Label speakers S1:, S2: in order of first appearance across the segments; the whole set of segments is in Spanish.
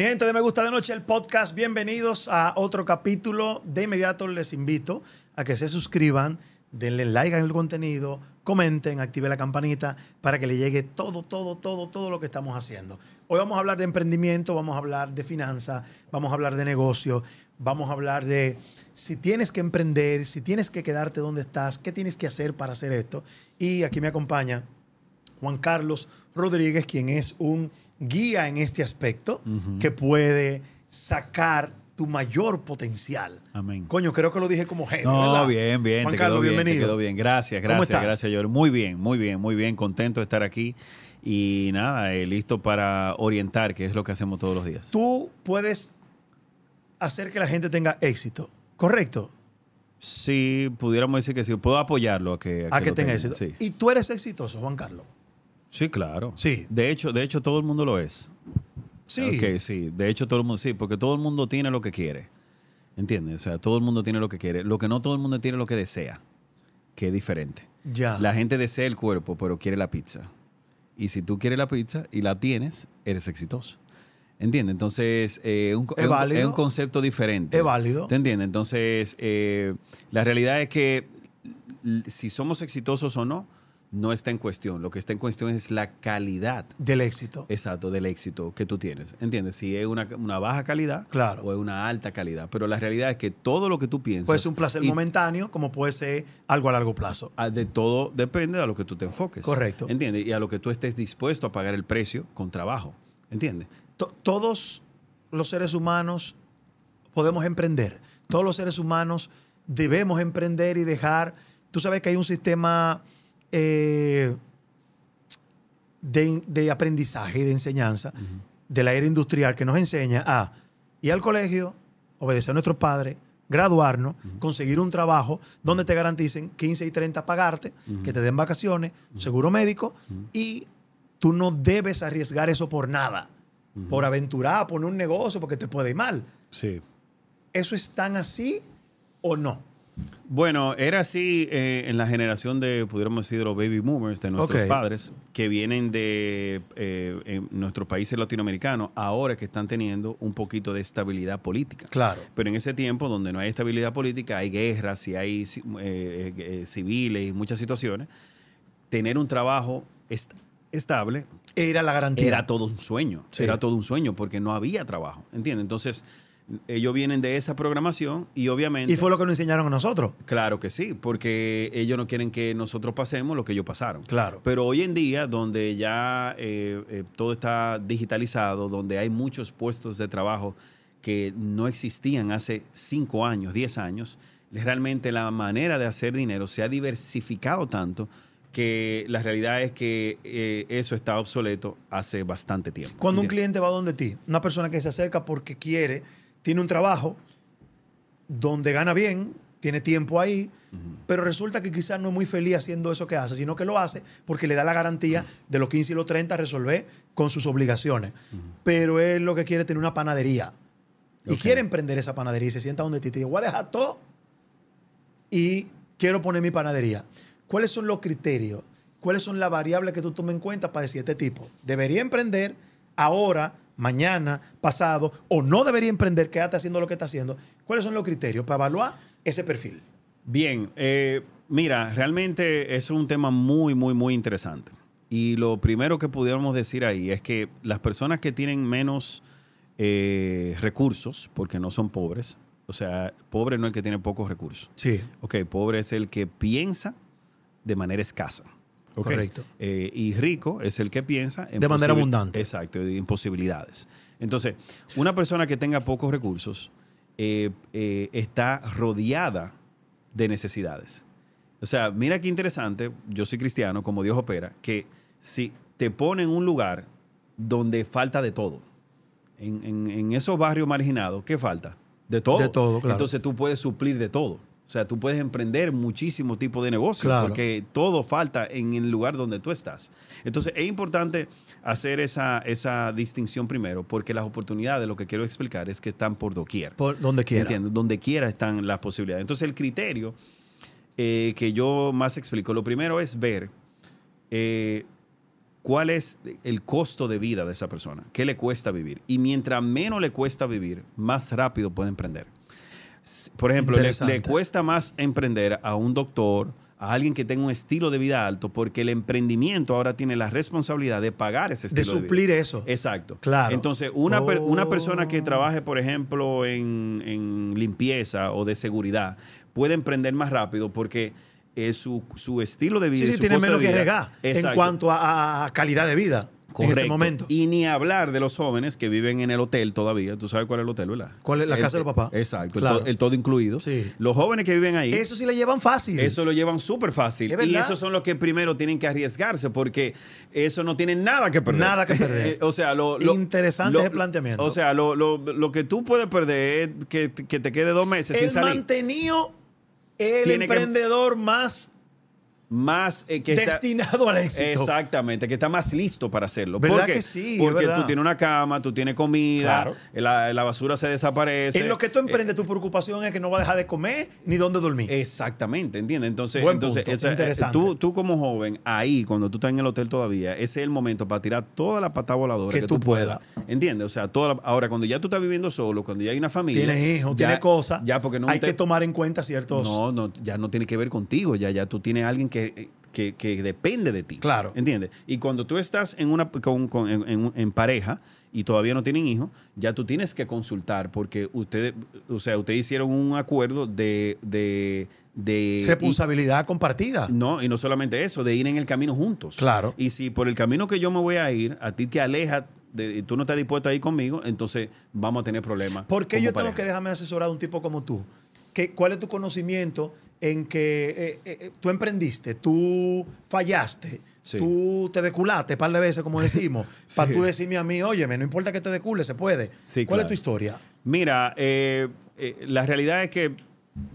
S1: Mi gente de Me Gusta de Noche, el podcast, bienvenidos a otro capítulo. De inmediato les invito a que se suscriban, denle like al contenido, comenten, activen la campanita para que le llegue todo, todo, todo, todo lo que estamos haciendo. Hoy vamos a hablar de emprendimiento, vamos a hablar de finanzas, vamos a hablar de negocio, vamos a hablar de si tienes que emprender, si tienes que quedarte donde estás, qué tienes que hacer para hacer esto. Y aquí me acompaña Juan Carlos Rodríguez, quien es un guía en este aspecto
S2: Ujú.
S1: que puede sacar tu mayor potencial.
S2: Amén.
S1: Coño, creo que lo dije como genio.
S2: No,
S1: Eh, ¿verdad?
S2: bien, bien.
S1: Juan
S2: te
S1: Carlos,
S2: quedó bien, te
S1: bienvenido.
S2: quedó bien. Gracias,
S1: ¿Cómo
S2: gracias,
S1: estás?
S2: gracias, George. Muy bien, muy bien, muy bien. Contento de estar aquí. Y nada, eh, listo para orientar, que es lo que hacemos todos los días.
S1: Tú puedes hacer que la gente tenga éxito, ¿correcto?
S2: Sí, pudiéramos decir que sí. Puedo apoyarlo a que,
S1: A que,
S2: lo
S1: tenga
S2: tengan,
S1: éxito.
S2: Sí.
S1: Y tú eres exitoso, Juan Carlos.
S2: Sí, claro.
S1: Sí.
S2: De hecho, de hecho, todo el mundo lo es.
S1: Sí.
S2: Ok, sí. De hecho, todo el mundo, sí, porque todo el mundo tiene lo que quiere. ¿Entiendes? O sea, todo el mundo tiene lo que quiere. Lo que no todo el mundo tiene es lo que desea, que es diferente.
S1: Ya.
S2: La gente desea el cuerpo, pero quiere la pizza. Y si tú quieres la pizza y la tienes, eres exitoso. ¿Entiendes? Entonces, eh, un-
S1: Es
S2: es, un,
S1: válido.
S2: es un concepto diferente.
S1: Es válido.
S2: ¿Te entiendes? Entonces, eh, la realidad es que l- si somos exitosos o no, no está en cuestión. Lo que está en cuestión es la calidad
S1: Del éxito.
S2: Exacto, del éxito que tú tienes. ¿Entiendes? Si es una, una baja calidad
S1: Claro.
S2: o es una alta calidad. Pero la realidad es que todo lo que tú piensas.
S1: Puede ser un placer
S2: y
S1: momentáneo, como puede ser algo a largo plazo.
S2: a- De todo depende a lo que tú te enfoques.
S1: Correcto.
S2: ¿Entiendes? Y a lo que tú estés dispuesto a pagar el precio con trabajo. ¿Entiendes?
S1: To- todos los seres humanos podemos emprender. Todos los seres humanos debemos emprender y dejar. Tú sabes que hay un sistema eh, de, de aprendizaje y de enseñanza de la era industrial que nos enseña a ir al colegio, obedecer a nuestros padres, graduarnos, conseguir un trabajo donde te garanticen 15 y 30 pagarte, que te den vacaciones, seguro médico y tú no debes arriesgar eso por nada, por aventurar, poner un negocio porque te puede ir mal.
S2: Sí.
S1: ¿Eso es tan así o no?
S2: Bueno, era así eh, en la generación de, pudiéramos decir, de los baby boomers, de nuestros
S1: Ok.
S2: padres, que vienen de eh, en nuestros países latinoamericanos, ahora que están teniendo un poquito de estabilidad política.
S1: Claro.
S2: Pero en ese tiempo, donde no hay estabilidad política, hay guerras y hay ci- eh, eh, eh, civiles y muchas situaciones, tener un trabajo est- estable
S1: Era la garantía.
S2: era todo un sueño.
S1: Sí.
S2: Era todo un sueño porque no había trabajo. ¿Entiendes? Entonces, ellos vienen de esa programación y obviamente.
S1: Y fue lo que nos enseñaron a nosotros.
S2: Claro que sí, porque ellos no quieren que nosotros pasemos lo que ellos pasaron.
S1: Claro.
S2: Pero hoy en día, donde ya eh, eh, todo está digitalizado, donde hay muchos puestos de trabajo que no existían hace 5 años, 10 años, realmente la manera de hacer dinero se ha diversificado tanto que la realidad es que eh, eso está obsoleto hace bastante tiempo.
S1: Cuando un
S2: ¿Entiendes?
S1: cliente va donde ti, una persona que se acerca porque quiere, tiene un trabajo donde gana bien, tiene tiempo ahí, pero resulta que quizás no es muy feliz haciendo eso que hace, sino que lo hace porque le da la garantía de los 15 y los 30 resolver con sus obligaciones. Pero él lo que quiere es tener una panadería y
S2: Ok.
S1: quiere emprender esa panadería y se sienta donde ti y te dice, voy a dejar todo y quiero poner mi panadería. ¿Cuáles son los criterios? ¿Cuáles son las variables que tú tomes en cuenta para decir este tipo? ¿Debería emprender ahora, mañana, pasado o no debería emprender, quédate haciendo lo que está haciendo? ¿Cuáles son los criterios para evaluar ese perfil?
S2: Bien, eh, mira, realmente es un tema muy, muy, muy interesante. Y lo primero que pudiéramos decir ahí es que las personas que tienen menos eh, recursos, porque no son pobres, o sea, pobre no es el que tiene pocos recursos.
S1: Sí,
S2: Ok, pobre es el que piensa de manera escasa. Ok.
S1: Correcto.
S2: Eh, y rico es el que piensa en
S1: De manera
S2: posibil-
S1: abundante.
S2: Exacto, en posibilidades. Entonces, una persona que tenga pocos recursos eh, eh, está rodeada de necesidades. O sea, mira qué interesante, yo soy cristiano, como Dios opera, que si te pone en un lugar donde falta de todo, en, en- en esos barrios marginados, ¿qué falta? De todo.
S1: De todo, claro.
S2: Entonces tú puedes suplir de todo. O sea, tú puedes emprender muchísimos tipos de negocios
S1: Claro.
S2: porque todo falta en el lugar donde tú estás. Entonces es importante hacer esa, esa distinción primero porque las oportunidades, lo que quiero explicar es que están por doquier.
S1: por donde quiera.
S2: ¿Entiendes? Donde quiera están las posibilidades. Entonces, el criterio eh, que yo más explico, lo primero es ver eh, cuál es el costo de vida de esa persona, qué le cuesta vivir. Y mientras menos le cuesta vivir, más rápido puede emprender. S- Por ejemplo, le,
S1: Interesante.
S2: le cuesta más emprender a un doctor, a alguien que tenga un estilo de vida alto, porque el emprendimiento ahora tiene la responsabilidad de pagar ese
S1: de
S2: estilo de, vida.
S1: suplir eso.
S2: Exacto.
S1: Claro.
S2: Entonces, una, per- una
S1: Oh.
S2: persona que trabaje, por ejemplo, en, en limpieza o de seguridad, puede emprender más rápido porque eh, su, su estilo de
S1: Sí,
S2: vida. y
S1: sí,
S2: su
S1: tiene
S2: costo de
S1: menos que
S2: vida-
S1: regar en
S2: Exacto.
S1: cuanto a, a calidad de vida en ese
S2: Correcto.
S1: momento.
S2: Y ni hablar de los jóvenes que viven en el hotel todavía. Tú sabes cuál es el hotel, ¿verdad?
S1: ¿Cuál es? La
S2: El-
S1: casa de los papás.
S2: Exacto. El,
S1: Claro.
S2: to- el todo incluido.
S1: Sí.
S2: Los jóvenes que viven ahí.
S1: eso sí le llevan fácil.
S2: Eso lo llevan súper fácil.
S1: Mm. ¿Es verdad?
S2: Y esos son los que primero tienen que arriesgarse porque eso no tienen nada que perder.
S1: Nada que perder.
S2: Eh, o sea, lo, lo-
S1: Interesante
S2: lo-
S1: ese planteamiento.
S2: O sea, lo, lo- lo que tú puedes perder es que, que te quede dos meses
S1: el
S2: sin salir.
S1: mantenido, el
S2: Tiene que-
S1: emprendedor más
S2: Más eh, que está-
S1: destinado al éxito.
S2: Exactamente, que está más listo para hacerlo.
S1: ¿Verdad
S2: ¿Por qué?
S1: que sí?
S2: Porque
S1: Es verdad.
S2: tú tienes una cama, tú tienes comida,
S1: Claro.
S2: la, la basura se desaparece. Eh,
S1: En lo que tú emprendes, tu preocupación es que no va a dejar de comer ni dónde dormir.
S2: Exactamente, ¿entiendes? Entonces,
S1: Buen
S2: entonces
S1: punto,
S2: esa-
S1: interesante.
S2: Tú, tú como joven, ahí, cuando tú estás en el hotel todavía, ese es el momento para tirar toda la pata voladora que, tú puedas. ¿Entiendes? O sea, toda la- ahora, cuando ya tú estás viviendo solo, cuando ya hay una familia...
S1: tienes hijos,
S2: ya-
S1: tienes cosas.
S2: Ya, porque no...
S1: hay
S2: te-
S1: que tomar en cuenta ciertos.
S2: No, no, ya no tiene que ver contigo, ya, ya tú tienes a alguien que, que, que depende de ti.
S1: Claro.
S2: ¿Entiendes? Y cuando tú estás en una con- con- en, en- en pareja y todavía no tienen hijos, ya tú tienes que consultar porque ustedes, o sea, ustedes hicieron un acuerdo de... de, de
S1: responsabilidad compartida.
S2: y- no, y no solamente eso, de ir en el camino juntos.
S1: Claro.
S2: Y si por el camino que yo me voy a ir, a ti te aleja, de, y tú no estás dispuesto a ir conmigo, entonces vamos a tener problemas.
S1: ¿Por qué
S2: como
S1: yo
S2: pareja.
S1: tengo que dejarme asesorar a un tipo como tú? ¿Qué, ¿Cuál es tu conocimiento en que eh, eh, eh, tú emprendiste, tú fallaste,
S2: Sí.
S1: tú te deculaste par de veces, como decimos,
S2: Sí.
S1: para tú decirme a mí, óyeme, no importa que te decule, se puede?
S2: Sí,
S1: ¿Cuál
S2: claro.
S1: es tu historia?
S2: Mira, eh, eh, la realidad es que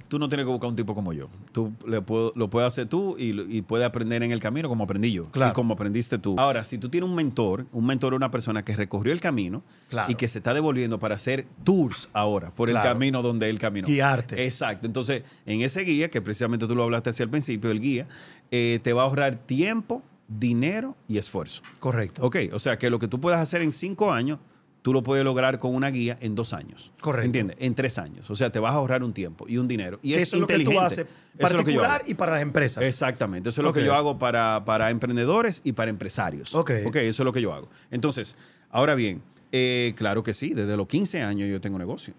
S2: tú no tienes que buscar un tipo como yo. Tú le puedo- lo puedes hacer tú y, lo- y puedes aprender en el camino como aprendí yo
S1: Claro.
S2: y como aprendiste tú. Ahora, si tú tienes un mentor, un mentor es una persona que recorrió el camino
S1: Claro.
S2: y que se está devolviendo para hacer tours ahora por
S1: Claro.
S2: el camino donde él caminó.
S1: Guiarte.
S2: Exacto. Entonces, en ese guía, que precisamente tú lo hablaste hacia el principio, el guía, eh, te va a ahorrar tiempo, dinero y esfuerzo.
S1: Correcto.
S2: Ok, o sea que lo que tú puedas hacer en cinco años, tú lo puedes lograr con una guía en dos años.
S1: Correcto.
S2: ¿Entiendes? En tres años. O sea, te vas a ahorrar un tiempo y un dinero. Y
S1: Que
S2: es
S1: eso es lo que tú
S2: inteligente.
S1: haces,
S2: Eso es lo que yo
S1: particular
S2: hago.
S1: y para las empresas.
S2: Exactamente. Eso es lo
S1: Ok.
S2: que yo hago para, para emprendedores y para empresarios.
S1: Ok.
S2: Ok, eso es lo que yo hago. Entonces, ahora bien, eh, claro que sí, desde los 15 años yo tengo negocio.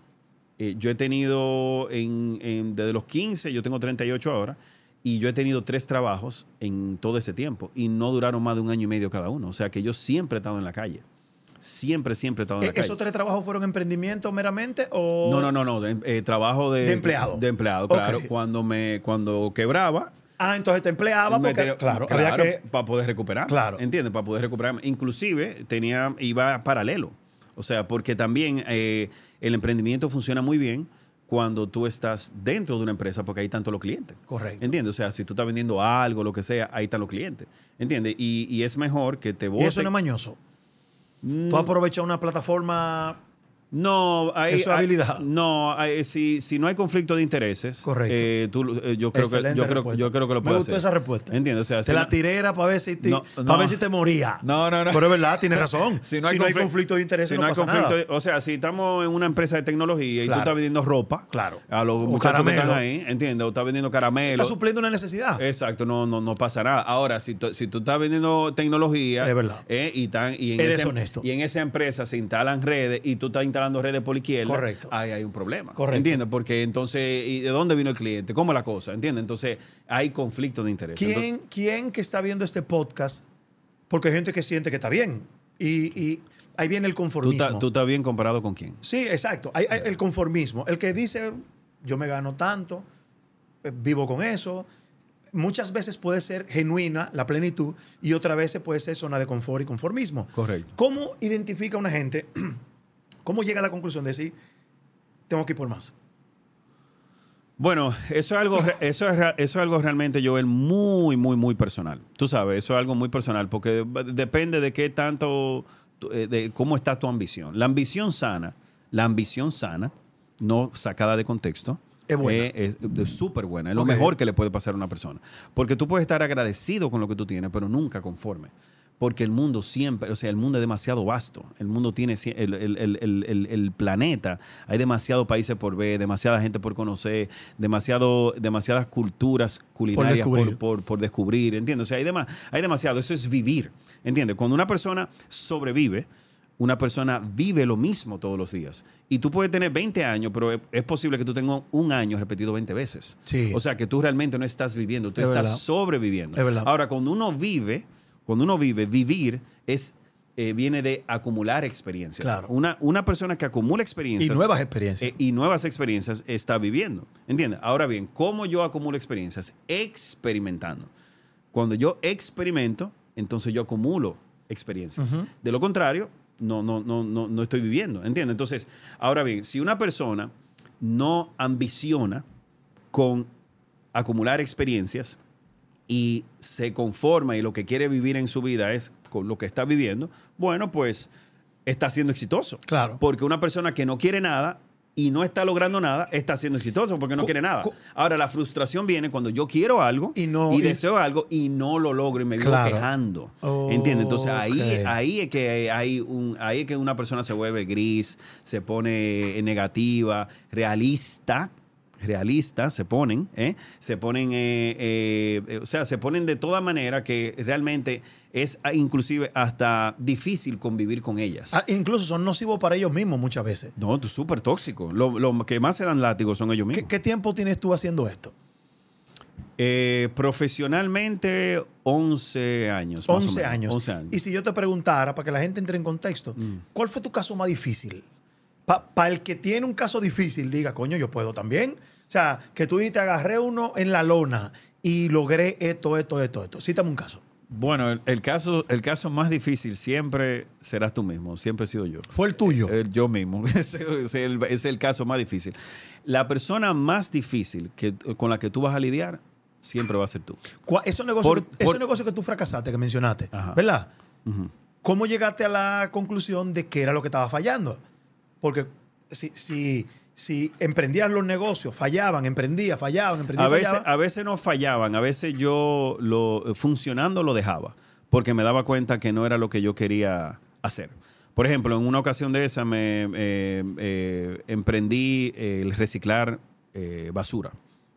S2: Eh, yo he tenido, en, en- desde los 15, yo tengo 38 ahora, y yo he tenido tres trabajos en todo ese tiempo, y no duraron más de un año y medio cada uno. O sea que yo siempre he estado en la calle. Siempre, siempre he estado en
S1: Eh,
S2: la calle.
S1: ¿Esos tres trabajos fueron emprendimientos meramente o...?
S2: No, no, no, no, de, eh, trabajo de,
S1: De empleado.
S2: De empleado,
S1: Ok.
S2: claro. Cuando, me, cuando quebraba,
S1: Ah, entonces te empleaba
S2: me
S1: porque...
S2: tenía-
S1: claro,
S2: claro,
S1: había que...
S2: para poder recuperar.
S1: Claro.
S2: ¿Entiendes? Para poder recuperar. Inclusive tenía, iba paralelo. O sea, porque también eh, el emprendimiento funciona muy bien cuando tú estás dentro de una empresa porque hay tanto los clientes.
S1: Correcto.
S2: ¿Entiendes? O sea, si tú estás vendiendo algo, lo que sea, ahí están los clientes. ¿Entiendes? Y, y es mejor que te
S1: Y eso
S2: voten.
S1: no es mañoso.
S2: Mm,
S1: Tú aprovechas una plataforma
S2: no, hay,
S1: Eso es
S2: hay-
S1: habilidad.
S2: No, hay- si, si no hay conflicto de intereses,
S1: Correcto.
S2: eh, tú- eh, yo, creo que,
S1: Excelente
S2: yo, creo,
S1: respuesta.
S2: yo creo que lo
S1: Me
S2: puedes
S1: gustó
S2: hacer.
S1: esa respuesta.
S2: ¿Entiendes? O sea,
S1: Te
S2: si
S1: la
S2: no-
S1: tirera para ver si te,
S2: No,
S1: pa'
S2: no.
S1: ver si te moría.
S2: No, no, no.
S1: Pero es verdad, tienes razón.
S2: Si no hay, conflic-
S1: conflicto de interés,
S2: si
S1: no,
S2: no hay
S1: pasa
S2: conflicto
S1: nada.
S2: de- O sea, si estamos en una empresa de tecnología y
S1: Claro.
S2: tú estás vendiendo ropa
S1: Claro.
S2: a los
S1: O
S2: muchachos que
S1: caramelo.
S2: están ahí, ¿entiendes? O estás vendiendo
S1: Está
S2: caramelo.
S1: supliendo una necesidad.
S2: Exacto, no, no, no pasa nada. Ahora, si tú, si tú estás vendiendo tecnología
S1: Es verdad.
S2: eh, y, tan, y, en
S1: Es
S2: esa-
S1: deshonesto.
S2: y en esa empresa se instalan redes y tú estás instalando redes por la izquierda,
S1: Correcto.
S2: ahí hay un problema.
S1: Correcto.
S2: ¿Entiendes? Porque entonces, ¿y ¿de dónde vino el cliente? ¿Cómo es la cosa? ¿Entiendes? Entonces, hay conflicto de interés. Entonces-
S1: ¿Quién, ¿Quién que está viendo este podcast? Porque hay gente que siente que está bien. Y, y ahí viene el
S2: ¿Tú estás-
S1: conformismo.
S2: ¿Tú estás bien comparado con quién?
S1: Sí, exacto. Hay, hay el conformismo. El que dice, yo me gano tanto, eh, vivo con eso. Muchas veces puede ser genuina la plenitud y otras veces puede ser zona de confort y conformismo.
S2: Correcto.
S1: ¿Cómo identifica una gente? ¿Cómo llega a la conclusión de decir, tengo que ir por más?
S2: Bueno, eso es algo, eso es, rea- eso es algo realmente, Joel, muy, muy, muy personal. Tú sabes, eso es algo muy personal, porque depende de qué tanto, tú- eh, de cómo está tu ambición. La ambición sana, la ambición sana, no sacada de contexto,
S1: Es buena.
S2: eh, es de- súper buena. Es lo
S1: Ok.
S2: mejor que le puede pasar a una persona. Porque tú puedes estar agradecido con lo que tú tienes, pero nunca conforme. porque el mundo siempre, o sea, el mundo es demasiado vasto, el mundo tiene, cien- el, el- el- el- el- el planeta, hay demasiados países por ver, demasiada gente por conocer, demasiado, demasiadas culturas culinarias por
S1: descubrir.
S2: descubrir, por, por descubrir ¿entiendes? O sea, hay, dema- hay demasiado, eso es vivir, ¿entiendes? Cuando una persona sobrevive, una persona vive lo mismo todos los días. Y tú puedes tener 20 años, pero es, es posible que tú tengas un año repetido 20 veces.
S1: Sí.
S2: O sea, que tú realmente no estás viviendo, tú
S1: Es
S2: estás
S1: verdad.
S2: sobreviviendo.
S1: Es verdad.
S2: Ahora, cuando uno vive, cuando uno vive, vivir es eh, viene de acumular experiencias.
S1: Claro.
S2: Una, una persona que
S1: Y
S2: acumula experiencias
S1: nuevas experiencias.
S2: eh, y nuevas experiencias está viviendo. ¿Entiendes? Ahora bien, ¿cómo yo acumulo experiencias? Experimentando. Cuando yo experimento, entonces yo acumulo experiencias.
S1: Ujú.
S2: De lo contrario, no, no, no, no, no estoy viviendo. ¿Entiendes? Entonces, ahora bien, si una persona no ambiciona con acumular experiencias y se conforma y lo que quiere vivir en su vida es con lo que está viviendo, bueno, pues está siendo exitoso.
S1: Claro.
S2: Porque una persona que no quiere nada y no está logrando nada, está siendo exitoso porque no
S1: Co-
S2: quiere nada.
S1: co-
S2: Ahora, la frustración viene cuando yo quiero algo
S1: Y no- y-
S2: deseo algo y no lo logro y me vivo
S1: Claro.
S2: quejando. ¿Entiendes? Entonces ahí,
S1: Ok.
S2: ahí, es que hay un, ahí es que una persona se vuelve gris, se pone eh, negativa, realista realistas se ponen, ¿eh? se ponen, eh, eh, eh, o sea, se ponen de toda manera que realmente es ah, inclusive hasta difícil convivir con ellas.
S1: Ah, incluso son nocivos para ellos mismos muchas veces.
S2: No, tú súper tóxico. Los lo que más se dan látigos son ellos
S1: ¿Qué,
S2: mismos.
S1: qué tiempo tienes tú haciendo esto?
S2: Eh, profesionalmente, 11 años. más o
S1: 11
S2: menos.
S1: años.
S2: 11 años. Mm.
S1: Y si yo te preguntara, para que la gente entre en contexto, ¿cuál fue tu caso más difícil? Para el que tiene un caso difícil, diga, coño, yo puedo también. O sea, que tú dijiste, agarré uno en la lona y logré esto, esto, esto, esto. Cítame un caso.
S2: Bueno, el, el caso, el caso más difícil siempre serás tú mismo, siempre he sido yo.
S1: Fue el tuyo.
S2: Eh, yo mismo, ese es el, es el caso más difícil. La persona más difícil que, con la que tú vas a lidiar siempre va a ser tú.
S1: Cua- Esos negocios,
S2: por-
S1: que- esos
S2: por-
S1: negocios que tú fracasaste, que mencionaste,
S2: Ajá.
S1: ¿verdad?
S2: Ujú.
S1: ¿Cómo llegaste a la conclusión de que era lo que estaba fallando? Porque si, si, si emprendías los negocios, fallaban, emprendías, fallaban, emprendías,
S2: A veces,
S1: fallaban.
S2: a veces no fallaban, a veces yo lo, funcionando lo dejaba, porque me daba cuenta que no era lo que yo quería hacer. Por ejemplo, en una ocasión de esa me eh, eh, emprendí el reciclar eh, basura,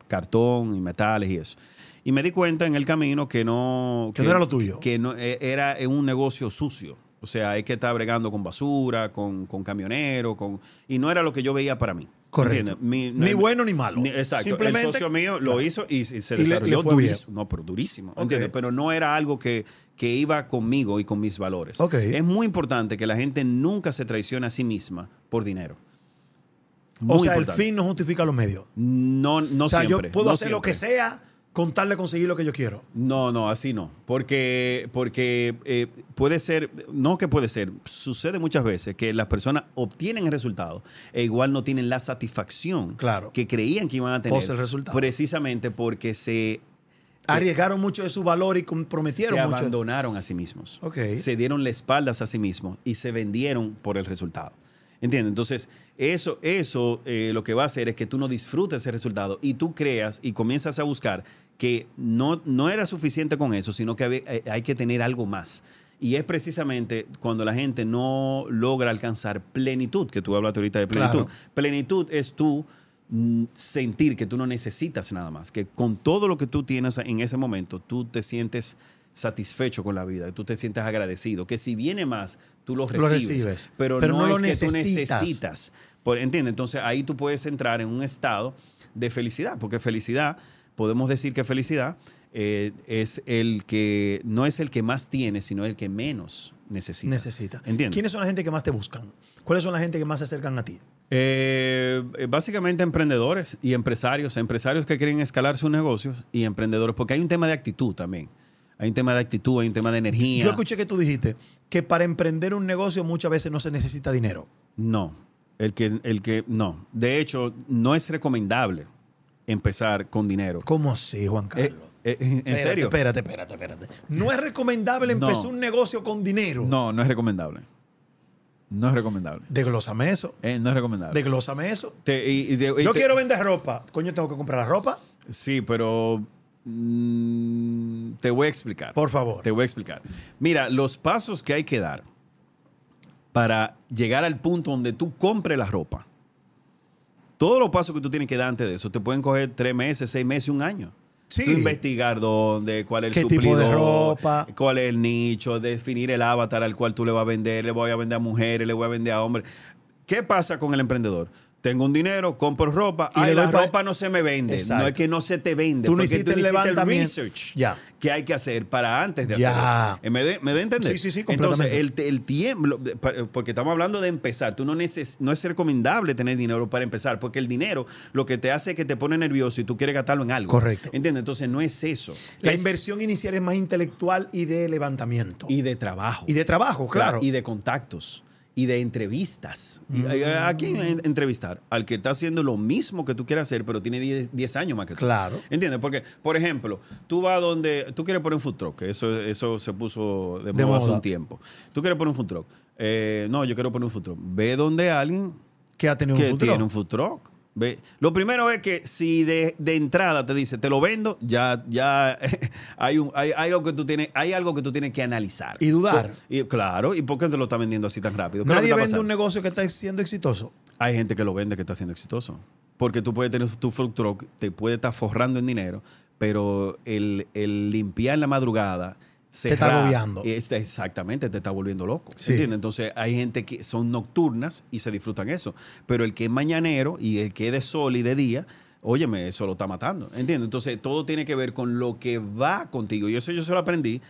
S2: cartón y metales y eso. Y me di cuenta en el camino que no...
S1: Que no era lo tuyo.
S2: Que no, eh, era en un negocio sucio. O sea, hay que estar bregando con basura, con, con camioneros, con, y no era lo que yo veía para mí.
S1: Correcto.
S2: ¿Entiendes? Mi- no-
S1: ni bueno ni malo.
S2: ni- exacto.
S1: Simplemente,
S2: el socio mío lo hizo y, se- se
S1: Y le-
S2: desarrolló
S1: le fue bien.
S2: durísimo. No, pero durísimo.
S1: Ok.
S2: ¿entiendes? Pero no era algo que, que iba conmigo y con mis valores.
S1: Ok.
S2: Es muy importante que la gente nunca se traicione a sí misma por dinero.
S1: o
S2: Muy
S1: sea, el
S2: importante.
S1: fin no justifica los medios.
S2: No, no
S1: o sea,
S2: siempre,
S1: yo puedo
S2: no
S1: hacer lo
S2: siempre.
S1: que sea con tal de conseguir lo que yo quiero.
S2: No, no, así no. Porque, porque eh, puede ser, no que puede ser, sucede muchas veces que las personas obtienen el resultado e igual no tienen la satisfacción
S1: Claro.
S2: que creían que iban a tener.
S1: Pos el resultado.
S2: Precisamente porque se
S1: Arriesgaron mucho de su valor y comprometieron
S2: se
S1: mucho.
S2: abandonaron a sí mismos.
S1: Ok.
S2: Se dieron la espaldas a sí mismos y se vendieron por el resultado. ¿Entiendes? Entonces, eso, eso eh, lo que va a hacer es que tú no disfrutes ese resultado y tú creas y comienzas a buscar que no, no era suficiente con eso, sino que habe- eh, hay que tener algo más. Y es precisamente cuando la gente no logra alcanzar plenitud, que tú hablaste ahorita de plenitud.
S1: Claro.
S2: Plenitud es tú mm, sentir que tú no necesitas nada más, que con todo lo que tú tienes en ese momento, tú te sientes satisfecho con la vida, tú te sientes agradecido, que si viene más, tú lo recibes,
S1: recibes,
S2: pero,
S1: pero no
S2: no, es
S1: lo
S2: que tú
S1: necesitas.
S2: necesitas. Por- ¿Entiendes? Entonces ahí tú puedes entrar en un estado de felicidad, porque felicidad, podemos decir que felicidad eh, es el que, no es el que más tiene, sino el que menos necesita.
S1: Necesita.
S2: ¿Entiendes?
S1: ¿Quiénes son la gente que más te buscan? ¿Cuáles son la gente que más se acercan a ti?
S2: Eh, eh, básicamente emprendedores y empresarios, empresarios que quieren escalar sus negocios y emprendedores, porque hay un tema de actitud también. Hay un tema de actitud, hay un tema de energía.
S1: Yo escuché que tú dijiste que para emprender un negocio muchas veces no se necesita dinero.
S2: No, el que, el que, no. De hecho, no es recomendable empezar con dinero.
S1: ¿Cómo así, Juan Carlos?
S2: Eh, eh, ¿En
S1: Espérate,
S2: serio?
S1: Espérate, espérate, espérate. No es recomendable
S2: No.
S1: empezar un negocio con dinero.
S2: No, no es recomendable. No es recomendable.
S1: Desglósame eso.
S2: Eh, no es recomendable.
S1: Desglósame eso.
S2: Te- y- y de- y
S1: Yo
S2: te-
S1: quiero vender ropa. Coño, tengo que comprar la ropa.
S2: Sí, pero Mm, te voy a explicar.
S1: Por favor.
S2: Te voy a explicar. Mira, los pasos que hay que dar para llegar al punto donde tú compres la ropa. Todos los pasos que tú tienes que dar antes de eso te pueden coger tres meses, seis meses, un año.
S1: Sí.
S2: Tú investigar dónde, cuál es el
S1: ¿Qué tipo de
S2: suplidor,
S1: ropa?
S2: cuál es el nicho, definir el avatar al cual tú le vas a vender, le voy a vender a mujeres, le voy a vender a hombres. ¿Qué pasa con el emprendedor? Tengo un dinero, compro ropa,
S1: Y le
S2: ay, la
S1: doy pa-
S2: ropa no se me vende.
S1: Exacto.
S2: No es que no se te vende,
S1: Tú no
S2: porque
S1: hiciste el levantamiento.
S2: research
S1: Ya.
S2: que hay que hacer para antes de
S1: Ya.
S2: hacer eso. Eh, ¿Me de, me doy a entender?
S1: Sí, sí, sí,
S2: Entonces,
S1: completamente.
S2: el, el tiempo, lo- de- pa- porque estamos hablando de empezar, tú no, neces- no es recomendable tener dinero para empezar, porque el dinero lo que te hace es que te pone nervioso y tú quieres gastarlo en algo.
S1: Correcto.
S2: ¿Entiendes? Entonces, no es eso.
S1: La
S2: Es-
S1: inversión inicial es más intelectual y de levantamiento.
S2: Y de trabajo.
S1: Y de trabajo, claro. Mm.
S2: Y de contactos. Y de entrevistas. Y- eh, ¿A a quién en- entrevistar? Al que está haciendo lo mismo que tú quieres hacer, pero tiene 10 10 años más que tú.
S1: Claro.
S2: ¿Entiendes? Porque, por ejemplo, tú vas donde. Tú quieres poner un food truck, que eso, eso se puso de,
S1: De
S2: moda hace
S1: moda.
S2: un tiempo. Tú quieres poner un food truck. Eh, no, yo quiero poner un food truck. Ve donde alguien
S1: Que ha tenido
S2: que
S1: un futuro.
S2: tiene un food truck. Ve. Lo primero es que si de, de entrada te dice te lo vendo, ya, ya hay, un, hay, hay algo que tú tienes, hay algo que tú tienes que analizar.
S1: Y dudar.
S2: Por- y, claro, ¿y por qué te lo está vendiendo así tan rápido? ¿Qué es lo
S1: Nadie
S2: que está
S1: vende un
S2: pasando?
S1: negocio que está siendo exitoso.
S2: Hay gente que lo vende que está siendo exitoso. Porque tú puedes tener tu food truck, te puede estar forrando en dinero, pero el, el limpiar la madrugada.
S1: Te está
S2: cerrar,
S1: agobiando.
S2: es- exactamente, te está volviendo loco.
S1: Sí.
S2: ¿Entiendes? Entonces hay gente que son nocturnas y se disfrutan eso. Pero el que es mañanero y el que es de sol y de día, óyeme, eso lo está matando. ¿Entiendes? Entonces todo tiene que ver con lo que va contigo. Y eso yo se lo aprendí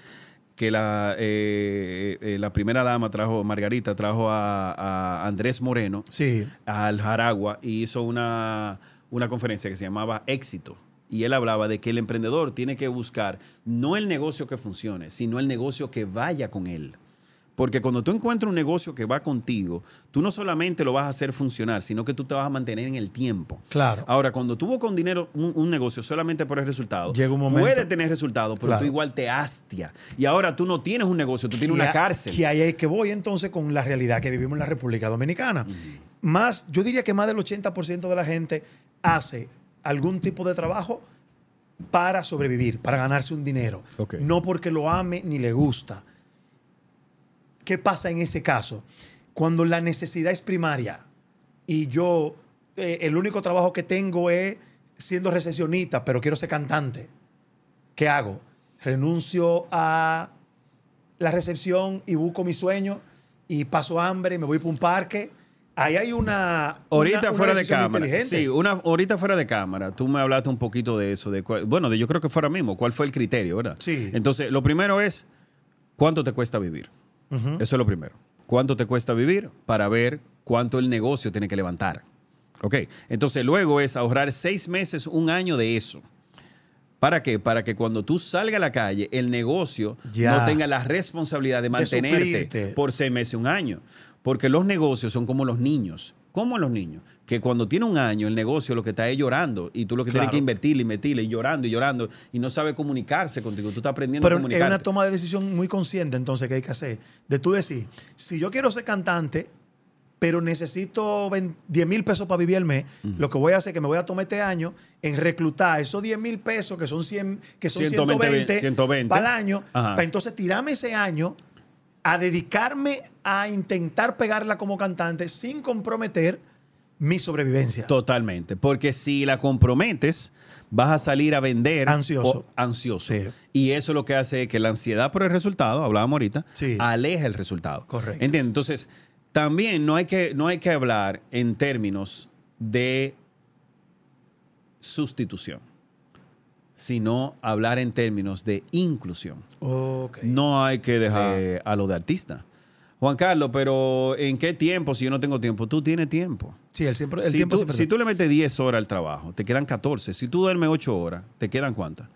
S2: que la, eh, eh, la primera dama trajo, Margarita, trajo a- a Andrés Moreno
S1: Sí.
S2: al Jaragua y hizo una, una conferencia que se llamaba Éxito. Y él hablaba de que el emprendedor tiene que buscar no el negocio que funcione, sino el negocio que vaya con él. Porque cuando tú encuentras un negocio que va contigo, tú no solamente lo vas a hacer funcionar, sino que tú te vas a mantener en el tiempo.
S1: Claro.
S2: Ahora, cuando tú vas con dinero un, un negocio solamente por el resultado,
S1: Llega un momento-
S2: puede tener resultado, pero
S1: Claro.
S2: tú igual te hastia. Y ahora tú no tienes un negocio, tú tienes
S1: Y
S2: una
S1: a-
S2: cárcel.
S1: Que ahí es que voy entonces con la realidad que vivimos en la República Dominicana. Más, yo diría que más del 80% de la gente hace algún tipo de trabajo para sobrevivir, para ganarse un dinero.
S2: Ok.
S1: No porque lo ame ni le gusta. ¿Qué pasa en ese caso? Cuando la necesidad es primaria y yo, eh, el único trabajo que tengo es siendo recesionista, pero quiero ser cantante. ¿Qué hago? Renuncio a la recepción y busco mi sueño y paso hambre, me voy para un parque. Ahí hay una.
S2: Ahorita
S1: una- una
S2: fuera de
S1: decisión
S2: cámara.
S1: inteligente.
S2: Sí, una, ahorita fuera de cámara. Tú me hablaste un poquito de eso. De cuál- bueno, de, yo creo que fuera mismo. ¿Cuál fue el criterio, verdad?
S1: Sí.
S2: Entonces, lo primero es, ¿cuánto te cuesta vivir?
S1: Ujú.
S2: Eso es lo primero. ¿Cuánto te cuesta vivir para ver cuánto el negocio tiene que levantar? Ok. Entonces, luego es ahorrar seis meses, un año de eso. ¿Para qué? Para que cuando tú salgas a la calle, el negocio
S1: Ya.
S2: no tenga la responsabilidad de mantenerte
S1: suplirte.
S2: por seis meses, un año. Porque los negocios son como los niños. Como los niños. Que cuando tiene un año, el negocio lo que está es llorando. Y tú lo que
S1: Claro.
S2: tienes que invertir, invertirle, y llorando, y llorando. Y no sabe comunicarse contigo. Tú estás aprendiendo a
S1: Pero es
S2: comunicarte.
S1: una toma de decisión muy consciente, entonces, que hay que hacer. De tú decir, si yo quiero ser cantante, pero necesito 20 10 mil pesos para vivir el mes, lo que voy a hacer es que me voy a tomar este año en reclutar esos 10 mil pesos, que son, 100, que son
S2: 120,
S1: 120,
S2: 120.
S1: para el año,
S2: Ajá.
S1: para entonces tirarme ese año a dedicarme a intentar pegarla como cantante sin comprometer mi sobrevivencia.
S2: Totalmente, porque si la comprometes, vas a salir a vender
S1: Ansioso.
S2: o- ansioso.
S1: Sí.
S2: Y eso lo que hace es que la ansiedad por el resultado, hablábamos ahorita,
S1: Sí.
S2: aleja el resultado.
S1: Correcto.
S2: ¿Entiendes? Entonces, también no hay que, no hay que hablar en términos de sustitución, sino hablar en términos de inclusión.
S1: Ok.
S2: No hay que dejar eh, a lo de artista. Juan Carlos, pero ¿en qué tiempo? Si yo no tengo tiempo, tú tienes tiempo
S1: Sí, el, siempre, el
S2: si,
S1: tiempo
S2: tú,
S1: siempre-
S2: si tú le metes 10 horas al trabajo, te quedan 14. Si tú duermes 8 horas, ¿te quedan cuántas?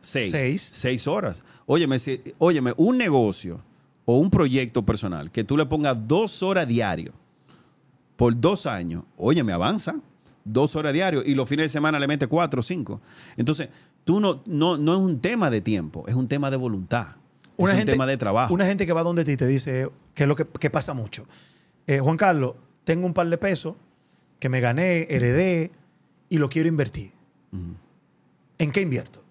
S2: 6.
S1: Seis.
S2: 6 horas. Óyeme, si- óyeme, un negocio o un proyecto personal que tú le pongas 2 horas diario por 2 años, óyeme, avanza. 2 horas diario y los fines de semana le metes 4 o 5. Entonces, tú no, no, no es un tema de tiempo, es un tema de voluntad. es un tema de trabajo.
S1: Una gente que va donde ti te dice que es lo que, que pasa mucho. Eh, Juan Carlos, tengo un par de pesos que me gané, heredé y lo quiero invertir.
S2: Ujú. Eh,
S1: ¿En qué invierto?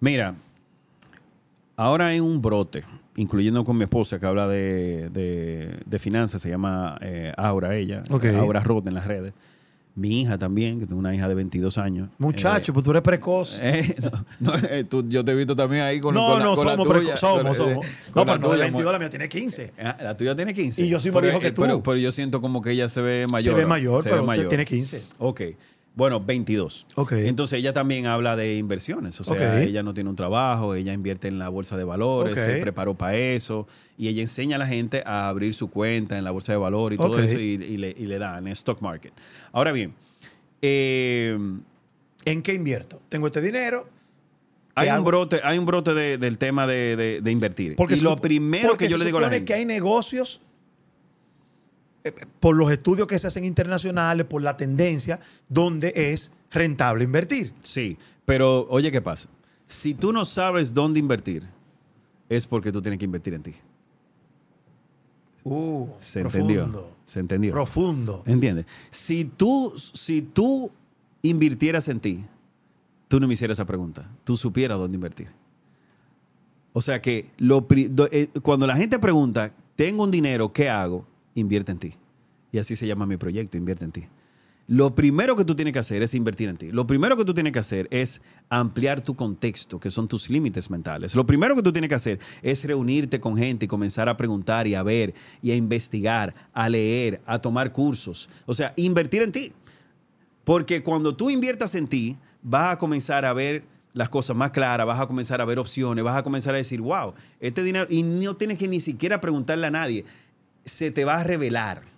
S2: Mira, ahora hay un brote, incluyendo con mi esposa que habla de, de- de finanzas, se llama eh, Aura, ella,
S1: Ok.
S2: Aura Roth en las redes. Mi hija también, que tengo una hija de 22 años.
S1: Muchacho, pues tú eres precoz.
S2: Eh, eh, no, no, eh, tú- yo te he visto también ahí con,
S1: no,
S2: con la,
S1: no,
S2: con la
S1: somos
S2: tuya,
S1: precoz.
S2: con la-
S1: Somos, somos.
S2: eh,
S1: No,
S2: con la
S1: pero no,
S2: tuya,
S1: 22, la mía tiene 15.
S2: Ah, La tuya tiene 15.
S1: Y yo soy más viejo que
S2: eh, pero-
S1: tú.
S2: pero yo siento como que ella se ve mayor.
S1: se ve mayor,
S2: se ve
S1: pero usted tiene 15.
S2: Ok. Bueno, 22.
S1: Ok.
S2: Entonces ella también habla de inversiones. O sea,
S1: Ok.
S2: ella no tiene un trabajo, ella invierte en la bolsa de valores,
S1: Ok.
S2: se preparó para eso. Y ella enseña a la gente a abrir su cuenta en la bolsa de valores y todo
S1: Ok.
S2: eso y, y le, y le da en el stock market. Ahora bien, eh,
S1: ¿En qué invierto? Tengo este dinero.
S2: hay, un
S1: hago?
S2: brote, hay un brote de- del tema de, de- de invertir.
S1: Porque
S2: y
S1: se
S2: lo
S1: supo-
S2: primero
S1: porque
S2: que yo
S1: se
S2: le digo a la
S1: supone
S2: gente.
S1: que hay negocios, eh, por los estudios que se hacen internacionales, por la tendencia, donde es rentable invertir.
S2: Sí, pero oye, ¿qué pasa? Si tú no sabes dónde invertir, es porque tú tienes que invertir en ti.
S1: Uh,
S2: Se entendió.
S1: profundo.
S2: Se entendió.
S1: Profundo.
S2: ¿Entiendes? Si tú, si tú invirtieras en ti, tú no me hicieras esa pregunta. Tú supieras dónde invertir. O sea que lo, pri- do- eh, cuando la gente pregunta, tengo un dinero, ¿qué hago? Invierte en ti. Y así se llama mi proyecto, invierte en ti. Lo primero que tú tienes que hacer es invertir en ti. Lo primero que tú tienes que hacer es ampliar tu contexto, que son tus límites mentales. Lo primero que tú tienes que hacer es reunirte con gente y comenzar a preguntar y a ver y a investigar, a leer, a tomar cursos. O sea, invertir en ti. Porque cuando tú inviertas en ti, vas a comenzar a ver las cosas más claras, vas a comenzar a ver opciones, vas a comenzar a decir, wow, este dinero, y no tienes que ni siquiera preguntarle a nadie, se te va a revelar.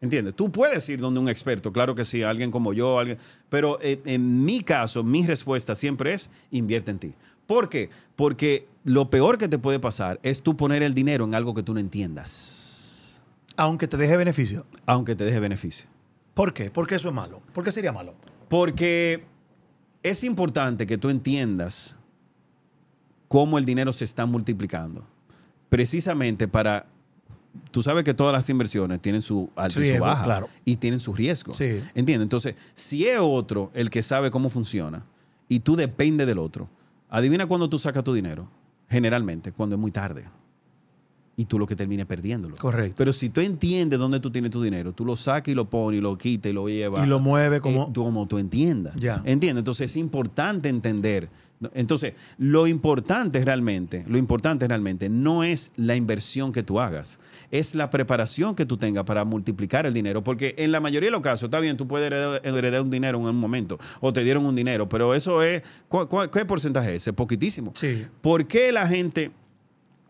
S2: ¿Entiendes? Tú puedes ir donde un experto, claro que sí, alguien como yo, alguien, pero eh, en mi caso, mi respuesta siempre es invierte en ti. ¿Por qué? Porque lo peor que te puede pasar es tú poner el dinero en algo que tú no entiendas,
S1: Aunque te deje beneficio.
S2: aunque te deje beneficio.
S1: ¿Por qué? Porque eso es malo. ¿Por qué sería malo?
S2: Porque es importante que tú entiendas cómo el dinero se está multiplicando. Precisamente para. Tú sabes que todas las inversiones tienen su alto y su
S1: Riesgo,
S2: baja.
S1: claro.
S2: Y tienen su riesgo.
S1: Sí.
S2: ¿Entiendes? Entonces, si es otro el que sabe cómo funciona y tú dependes del otro, adivina cuándo tú sacas tu dinero. Generalmente, cuando es muy tarde. Y tú lo que termines perdiéndolo.
S1: Correcto.
S2: Pero si tú entiendes dónde tú tienes tu dinero, tú lo sacas y lo pones y lo quitas y lo llevas
S1: Y lo mueve como...
S2: eh, tú, como tú entiendas.
S1: Ya.
S2: ¿Entiendes? Entonces es importante entender. ¿no? Entonces, lo importante realmente, lo importante realmente no es la inversión que tú hagas, es la preparación que tú tengas para multiplicar el dinero. Porque en la mayoría de los casos, está bien, tú puedes heredar, heredar un dinero en un momento o te dieron un dinero, pero eso es, ¿cuál- cuál- ¿qué porcentaje es? Es poquitísimo.
S1: sí.
S2: ¿Por qué la gente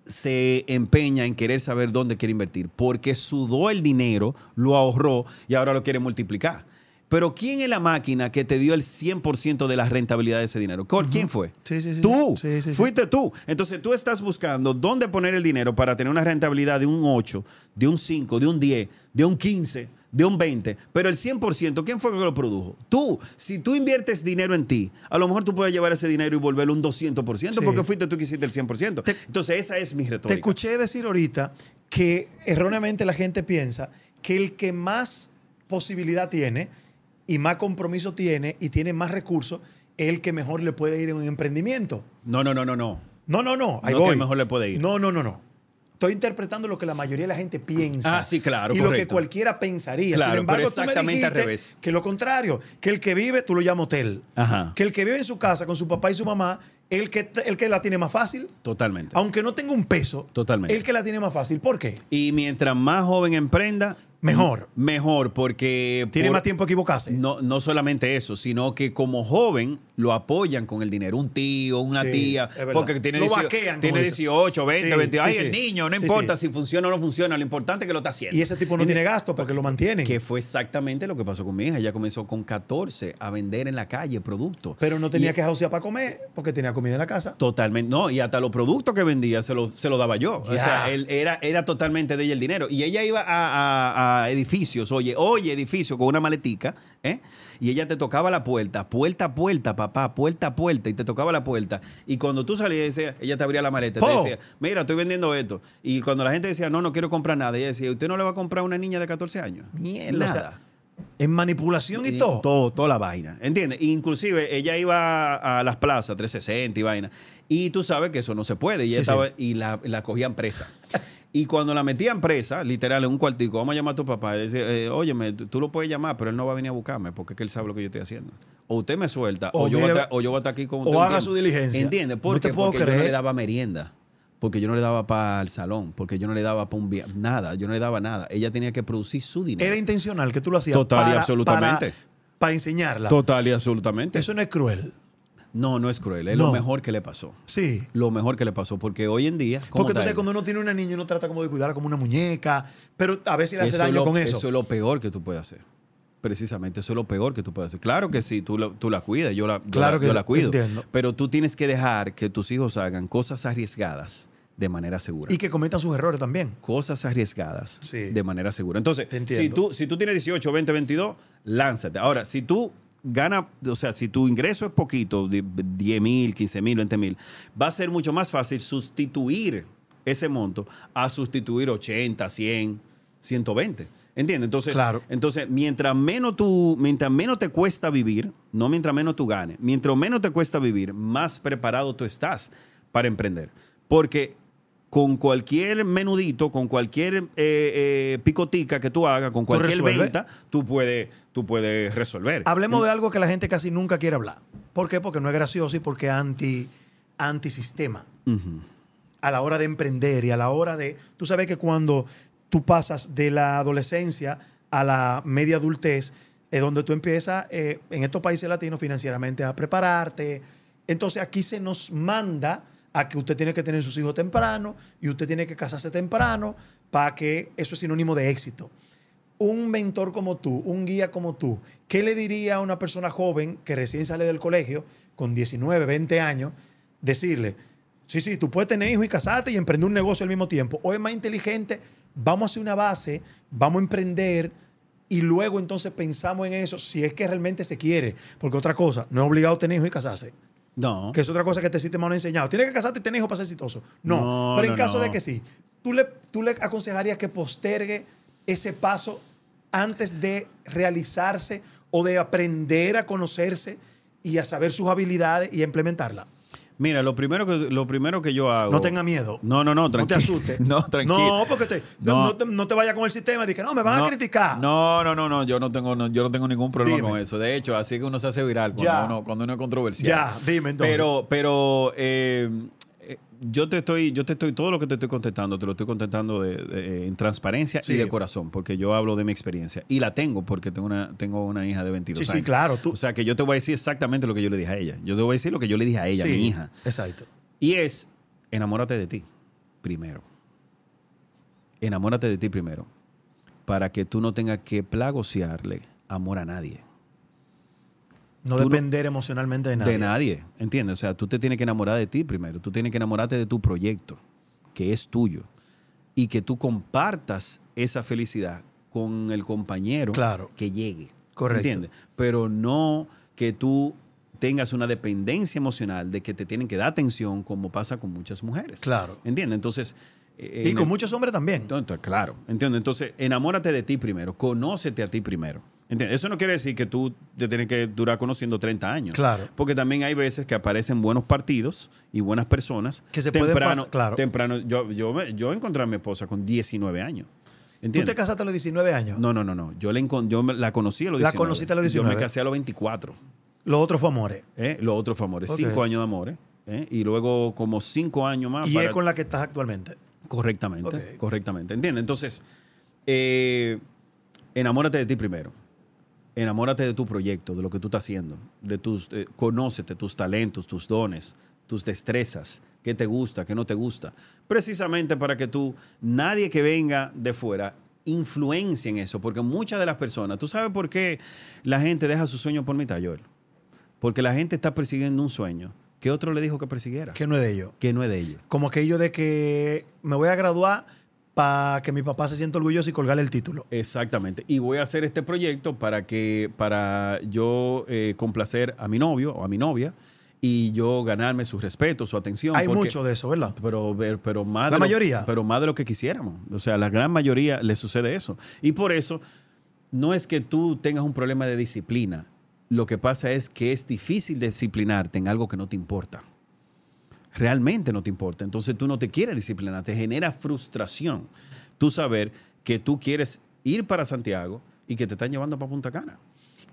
S2: se empeña en querer saber dónde quiere invertir? Porque sudó el dinero, lo ahorró y ahora lo quiere multiplicar. Pero ¿quién es la máquina que te dio el 100% de la rentabilidad de ese dinero? ¿Cuál- ¿Quién fue?
S1: Sí, sí, sí.
S2: Tú.
S1: Sí, sí, sí.
S2: Fuiste tú. Entonces tú estás buscando dónde poner el dinero para tener una rentabilidad de un 8, de un 5, de un 10, de un 15, de un 20. Pero el 100%, ¿quién fue que lo produjo? Tú. Si tú inviertes dinero en ti, a lo mejor tú puedes llevar ese dinero y volverlo un 200%
S1: Sí.
S2: porque fuiste tú que hiciste el 100%.
S1: Te-
S2: Entonces esa es mi retórica.
S1: Te escuché decir ahorita que erróneamente la gente piensa que el que más posibilidad tiene y más compromiso tiene y tiene más recursos es el que mejor le puede ir en un emprendimiento.
S2: No, no, no, no, no.
S1: No, no, no. Ahí
S2: No,
S1: voy.
S2: que mejor le puede ir.
S1: No, no, no, no. Estoy interpretando lo que la mayoría de la gente piensa.
S2: Ah, sí, claro,
S1: Y lo que
S2: correcto.
S1: cualquiera pensaría. Sin
S2: Claro, pero
S1: embargo, tú me
S2: exactamente al
S1: dijiste
S2: revés.
S1: Que lo contrario, que el que vive, tú lo llamas hotel.
S2: Ajá.
S1: Que el que vive en su casa con su papá y su mamá, el que, el que la tiene más fácil,
S2: Totalmente.
S1: aunque no tenga un peso,
S2: Totalmente.
S1: el que la tiene más fácil. ¿Por qué?
S2: Y mientras más joven emprenda,
S1: Mejor.
S2: Mejor, porque
S1: Tiene
S2: Mm. por-
S1: más tiempo a equivocarse.
S2: No, no solamente eso, sino que como joven lo apoyan con el dinero. Un tío, una
S1: Sí,
S2: tía,
S1: es verdad.
S2: porque tiene,
S1: Lo
S2: 18,
S1: vaquean,
S2: tiene
S1: como dicen.
S2: 18, 20,
S1: Sí,
S2: 22.
S1: sí,
S2: Ay,
S1: sí.
S2: el niño, no
S1: Sí,
S2: importa
S1: sí.
S2: si funciona o no funciona, lo importante es que lo está haciendo.
S1: Y ese tipo no tiene gasto porque lo mantienen.
S2: Que fue exactamente lo que pasó con mi hija. Ella comenzó con 14 a vender en la calle productos.
S1: Pero no tenía
S2: Y-
S1: que jausear para comer porque tenía comida en la casa.
S2: Totalmente, no, y hasta los productos que vendía se los se lo daba yo. O
S1: Ya.
S2: sea, él era, era totalmente de ella el dinero. Y ella iba a, a- a edificios, oye, oye, edificio con una maletica, ¿eh? Y ella te tocaba la puerta, puerta a puerta, papá, puerta a puerta, y te tocaba la puerta. Y cuando tú salías, decía- ella te abría la maleta, te
S1: ¡Po!
S2: decía, mira, estoy vendiendo esto. Y cuando la gente decía, no, no quiero comprar nada, ella decía, ¿usted no le va a comprar a una niña de 14 años? Mierda.
S1: O sea, En manipulación y,
S2: Y
S1: todo.
S2: Todo, toda la vaina. ¿Entiendes? Inclusive ella iba a las plazas, 360 y vaina. Y tú sabes que eso no se puede. Y, ella
S1: Sí,
S2: estaba,
S1: sí.
S2: y la, la cogían presa. Y cuando la metían presa, literal, en un cuartico, vamos a llamar a tu papá. Y dice, eh, óyeme, tú tú lo puedes llamar, pero él no va a venir a buscarme porque es que él sabe lo que yo estoy haciendo. O usted me suelta, o,
S1: O
S2: yo, voy a
S1: mire-
S2: estar- o yo voy a estar aquí con
S1: o
S2: usted. un
S1: haga
S2: tiempo".
S1: su diligencia.
S2: ¿Entiendes?
S1: No
S2: Porque,
S1: te puedo
S2: porque yo no
S1: creer.
S2: le daba merienda. Porque yo no le daba para el salón, porque yo no le daba para un via- nada, yo no le daba nada. Ella tenía que producir su dinero.
S1: Era intencional que tú lo hacías.
S2: Total y
S1: para-
S2: absolutamente.
S1: Para, para enseñarla.
S2: Total y absolutamente.
S1: Eso no es cruel.
S2: No, no es cruel. Es lo
S1: No.
S2: mejor que le pasó.
S1: Sí.
S2: Lo mejor que le pasó. Porque hoy en día. ¿cómo
S1: Porque tú
S2: está
S1: sabes,
S2: él?
S1: cuando uno tiene una niña, uno trata como de cuidarla como una muñeca, pero a veces le hace
S2: Eso es
S1: daño
S2: lo-
S1: con eso.
S2: es lo peor que tú puedes hacer. Precisamente, eso es lo peor que tú puedes hacer. Claro que sí, tú la, tú la cuidas, yo la, yo
S1: Claro
S2: la-
S1: que
S2: yo la cuido.
S1: entiendo.
S2: Pero tú tienes que dejar que tus hijos hagan cosas arriesgadas de manera segura.
S1: Y que cometan sus errores también.
S2: cosas arriesgadas
S1: Sí.
S2: de manera segura. Entonces,
S1: Te entiendo.
S2: si tú, si tú tienes 18, 20, 22, lánzate. Ahora, si tú ganas, o sea, si tu ingreso es poquito, de 10 mil, 15 mil, 20 mil, va a ser mucho más fácil sustituir ese monto a sustituir 80, 100, 120. ¿Entiendes? Entonces,
S1: Claro.
S2: entonces, mientras menos tú, mientras menos te cuesta vivir, no mientras menos tú ganes, mientras menos te cuesta vivir, más preparado tú estás para emprender. Porque con cualquier menudito, con cualquier eh, eh, picotica que tú hagas, con cualquier
S1: resuelves.
S2: venta, tú puedes, tú puedes resolver.
S1: Hablemos de algo que la gente casi nunca quiere hablar. ¿Por qué? Porque no es gracioso y porque es anti, antisistema.
S2: Ujú.
S1: A la hora de emprender y a la hora de... Tú sabes que cuando tú pasas de la adolescencia a la media adultez, es donde tú empiezas eh, en estos países latinos financieramente a prepararte. Entonces aquí se nos manda a que usted tiene que tener sus hijos temprano y usted tiene que casarse temprano para que eso es sinónimo de éxito un mentor como tú, un guía como tú, ¿qué le diría a una persona joven que recién sale del colegio con 19, 20 años, decirle, sí, sí, tú puedes tener hijos y casarte y emprender un negocio al mismo tiempo? O es más inteligente, vamos a hacer una base, vamos a emprender y luego entonces pensamos en eso si es que realmente se quiere. Porque otra cosa, no es obligado tener hijos y casarse.
S2: No.
S1: Que es otra cosa que este sistema no ha enseñado. Tienes que casarte y tener hijos para ser exitoso. No.
S2: No,
S1: pero en
S2: no,
S1: caso
S2: no.
S1: de que sí, ¿tú le, ¿tú le aconsejarías que postergue ese paso antes de realizarse o de aprender a conocerse y a saber sus habilidades y a implementarlas?
S2: Mira, lo primero que, lo primero que yo hago.
S1: No tenga miedo.
S2: Oh. No, no,
S1: No
S2: no,
S1: te
S2: tranquilo.
S1: asustes.
S2: No, tranquilo.
S1: No, porque te-
S2: No.
S1: no. te, no te vayas con el sistema y digas, no, me van
S2: No,
S1: a criticar.
S2: No, no, no, no, yo no tengo, no, yo no tengo ningún problema
S1: Dime.
S2: con eso. De hecho, así es que uno se hace viral cuando,
S1: Ya.
S2: uno, cuando uno es controversial.
S1: Ya, dime entonces.
S2: Pero, pero eh, eh, yo te estoy, yo te estoy, todo lo que te estoy contestando, te lo estoy contestando de- de- en transparencia y
S1: Sí.
S2: de corazón, porque yo hablo de mi experiencia. Y la tengo, porque tengo una, tengo una hija de 22
S1: sí,
S2: años.
S1: sí, claro. Tú,
S2: O sea, que yo te voy a decir exactamente lo que yo le dije a ella. Yo te voy a decir lo que yo le dije a ella,
S1: sí,
S2: mi hija.
S1: Exacto.
S2: Y es, enamórate de ti primero. Enamórate de ti primero. Para que tú no tengas que plagosearle amor a nadie.
S1: No
S2: Tú no-
S1: depender emocionalmente de nadie.
S2: De nadie, ¿entiendes? O sea, tú te tienes que enamorar de ti primero. Tú tienes que enamorarte de tu proyecto, que es tuyo. Y que tú compartas esa felicidad con el compañero
S1: Claro.
S2: que llegue.
S1: Correcto.
S2: ¿Entiendes? Pero no que tú tengas una dependencia emocional de que te tienen que dar atención como pasa con muchas mujeres.
S1: Claro.
S2: ¿Entiendes? Entonces... eh,
S1: Y
S2: en
S1: con
S2: el-
S1: muchos hombres también.
S2: entonces, claro, entiendo. Entonces, enamórate de ti primero, conócete a ti primero. ¿Entiendes? Eso no quiere decir que tú te tienes que durar conociendo 30 años.
S1: Claro.
S2: Porque también hay veces que aparecen buenos partidos y buenas personas.
S1: Que se pueden
S2: temprano,
S1: pasar, claro.
S2: Temprano, yo, yo, me- yo encontré a mi esposa con 19 años.
S1: ¿Tú te
S2: ¿Entiendes?
S1: casaste a los 19 años?
S2: No, no, no, no. Yo, la encon- yo me- la conocí a los
S1: La
S2: 19.
S1: conociste a los
S2: Yo
S1: 19.
S2: me casé a los 24.
S1: Lo otro fue amores.
S2: ¿eh? Los otros fue amores.
S1: Ok.
S2: Cinco años de amores. ¿eh? Y luego como cinco años más.
S1: y
S2: Ah, para-
S1: es con la que estás actualmente.
S2: Correctamente,
S1: Ok.
S2: correctamente. ¿Entiendes? Entonces, eh, enamórate de ti primero. Enamórate de tu proyecto, de lo que tú estás haciendo. De tus, eh, conócete tus talentos, tus dones, tus destrezas, qué te gusta, qué no te gusta. Precisamente para que tú, nadie que venga de fuera, influencie en eso. Porque muchas de las personas, ¿tú sabes por qué la gente deja su sueño por mitad, Joel? Porque la gente está persiguiendo un sueño que otro le dijo que persiguiera,
S1: Que no es de ellos.
S2: que no es de ellos.
S1: Como aquello de que me voy a graduar para que mi papá se sienta orgulloso y colgarle el título.
S2: Exactamente. Y voy a hacer este proyecto para que, para yo eh, complacer a mi novio o a mi novia y yo ganarme su respeto, su atención.
S1: Hay
S2: porque-
S1: mucho de eso, ¿verdad?
S2: Pero, ver- pero más
S1: La
S2: de lo-
S1: mayoría.
S2: pero más de lo que quisiéramos. O sea, la gran mayoría le sucede eso. Y por eso no es que tú tengas un problema de disciplina. Lo que pasa es que es difícil disciplinarte en algo que no te importa. Realmente no te importa. Entonces tú no te quieres disciplinar. Te genera frustración tú saber que tú quieres ir para Santiago y que te están llevando para Punta Cana.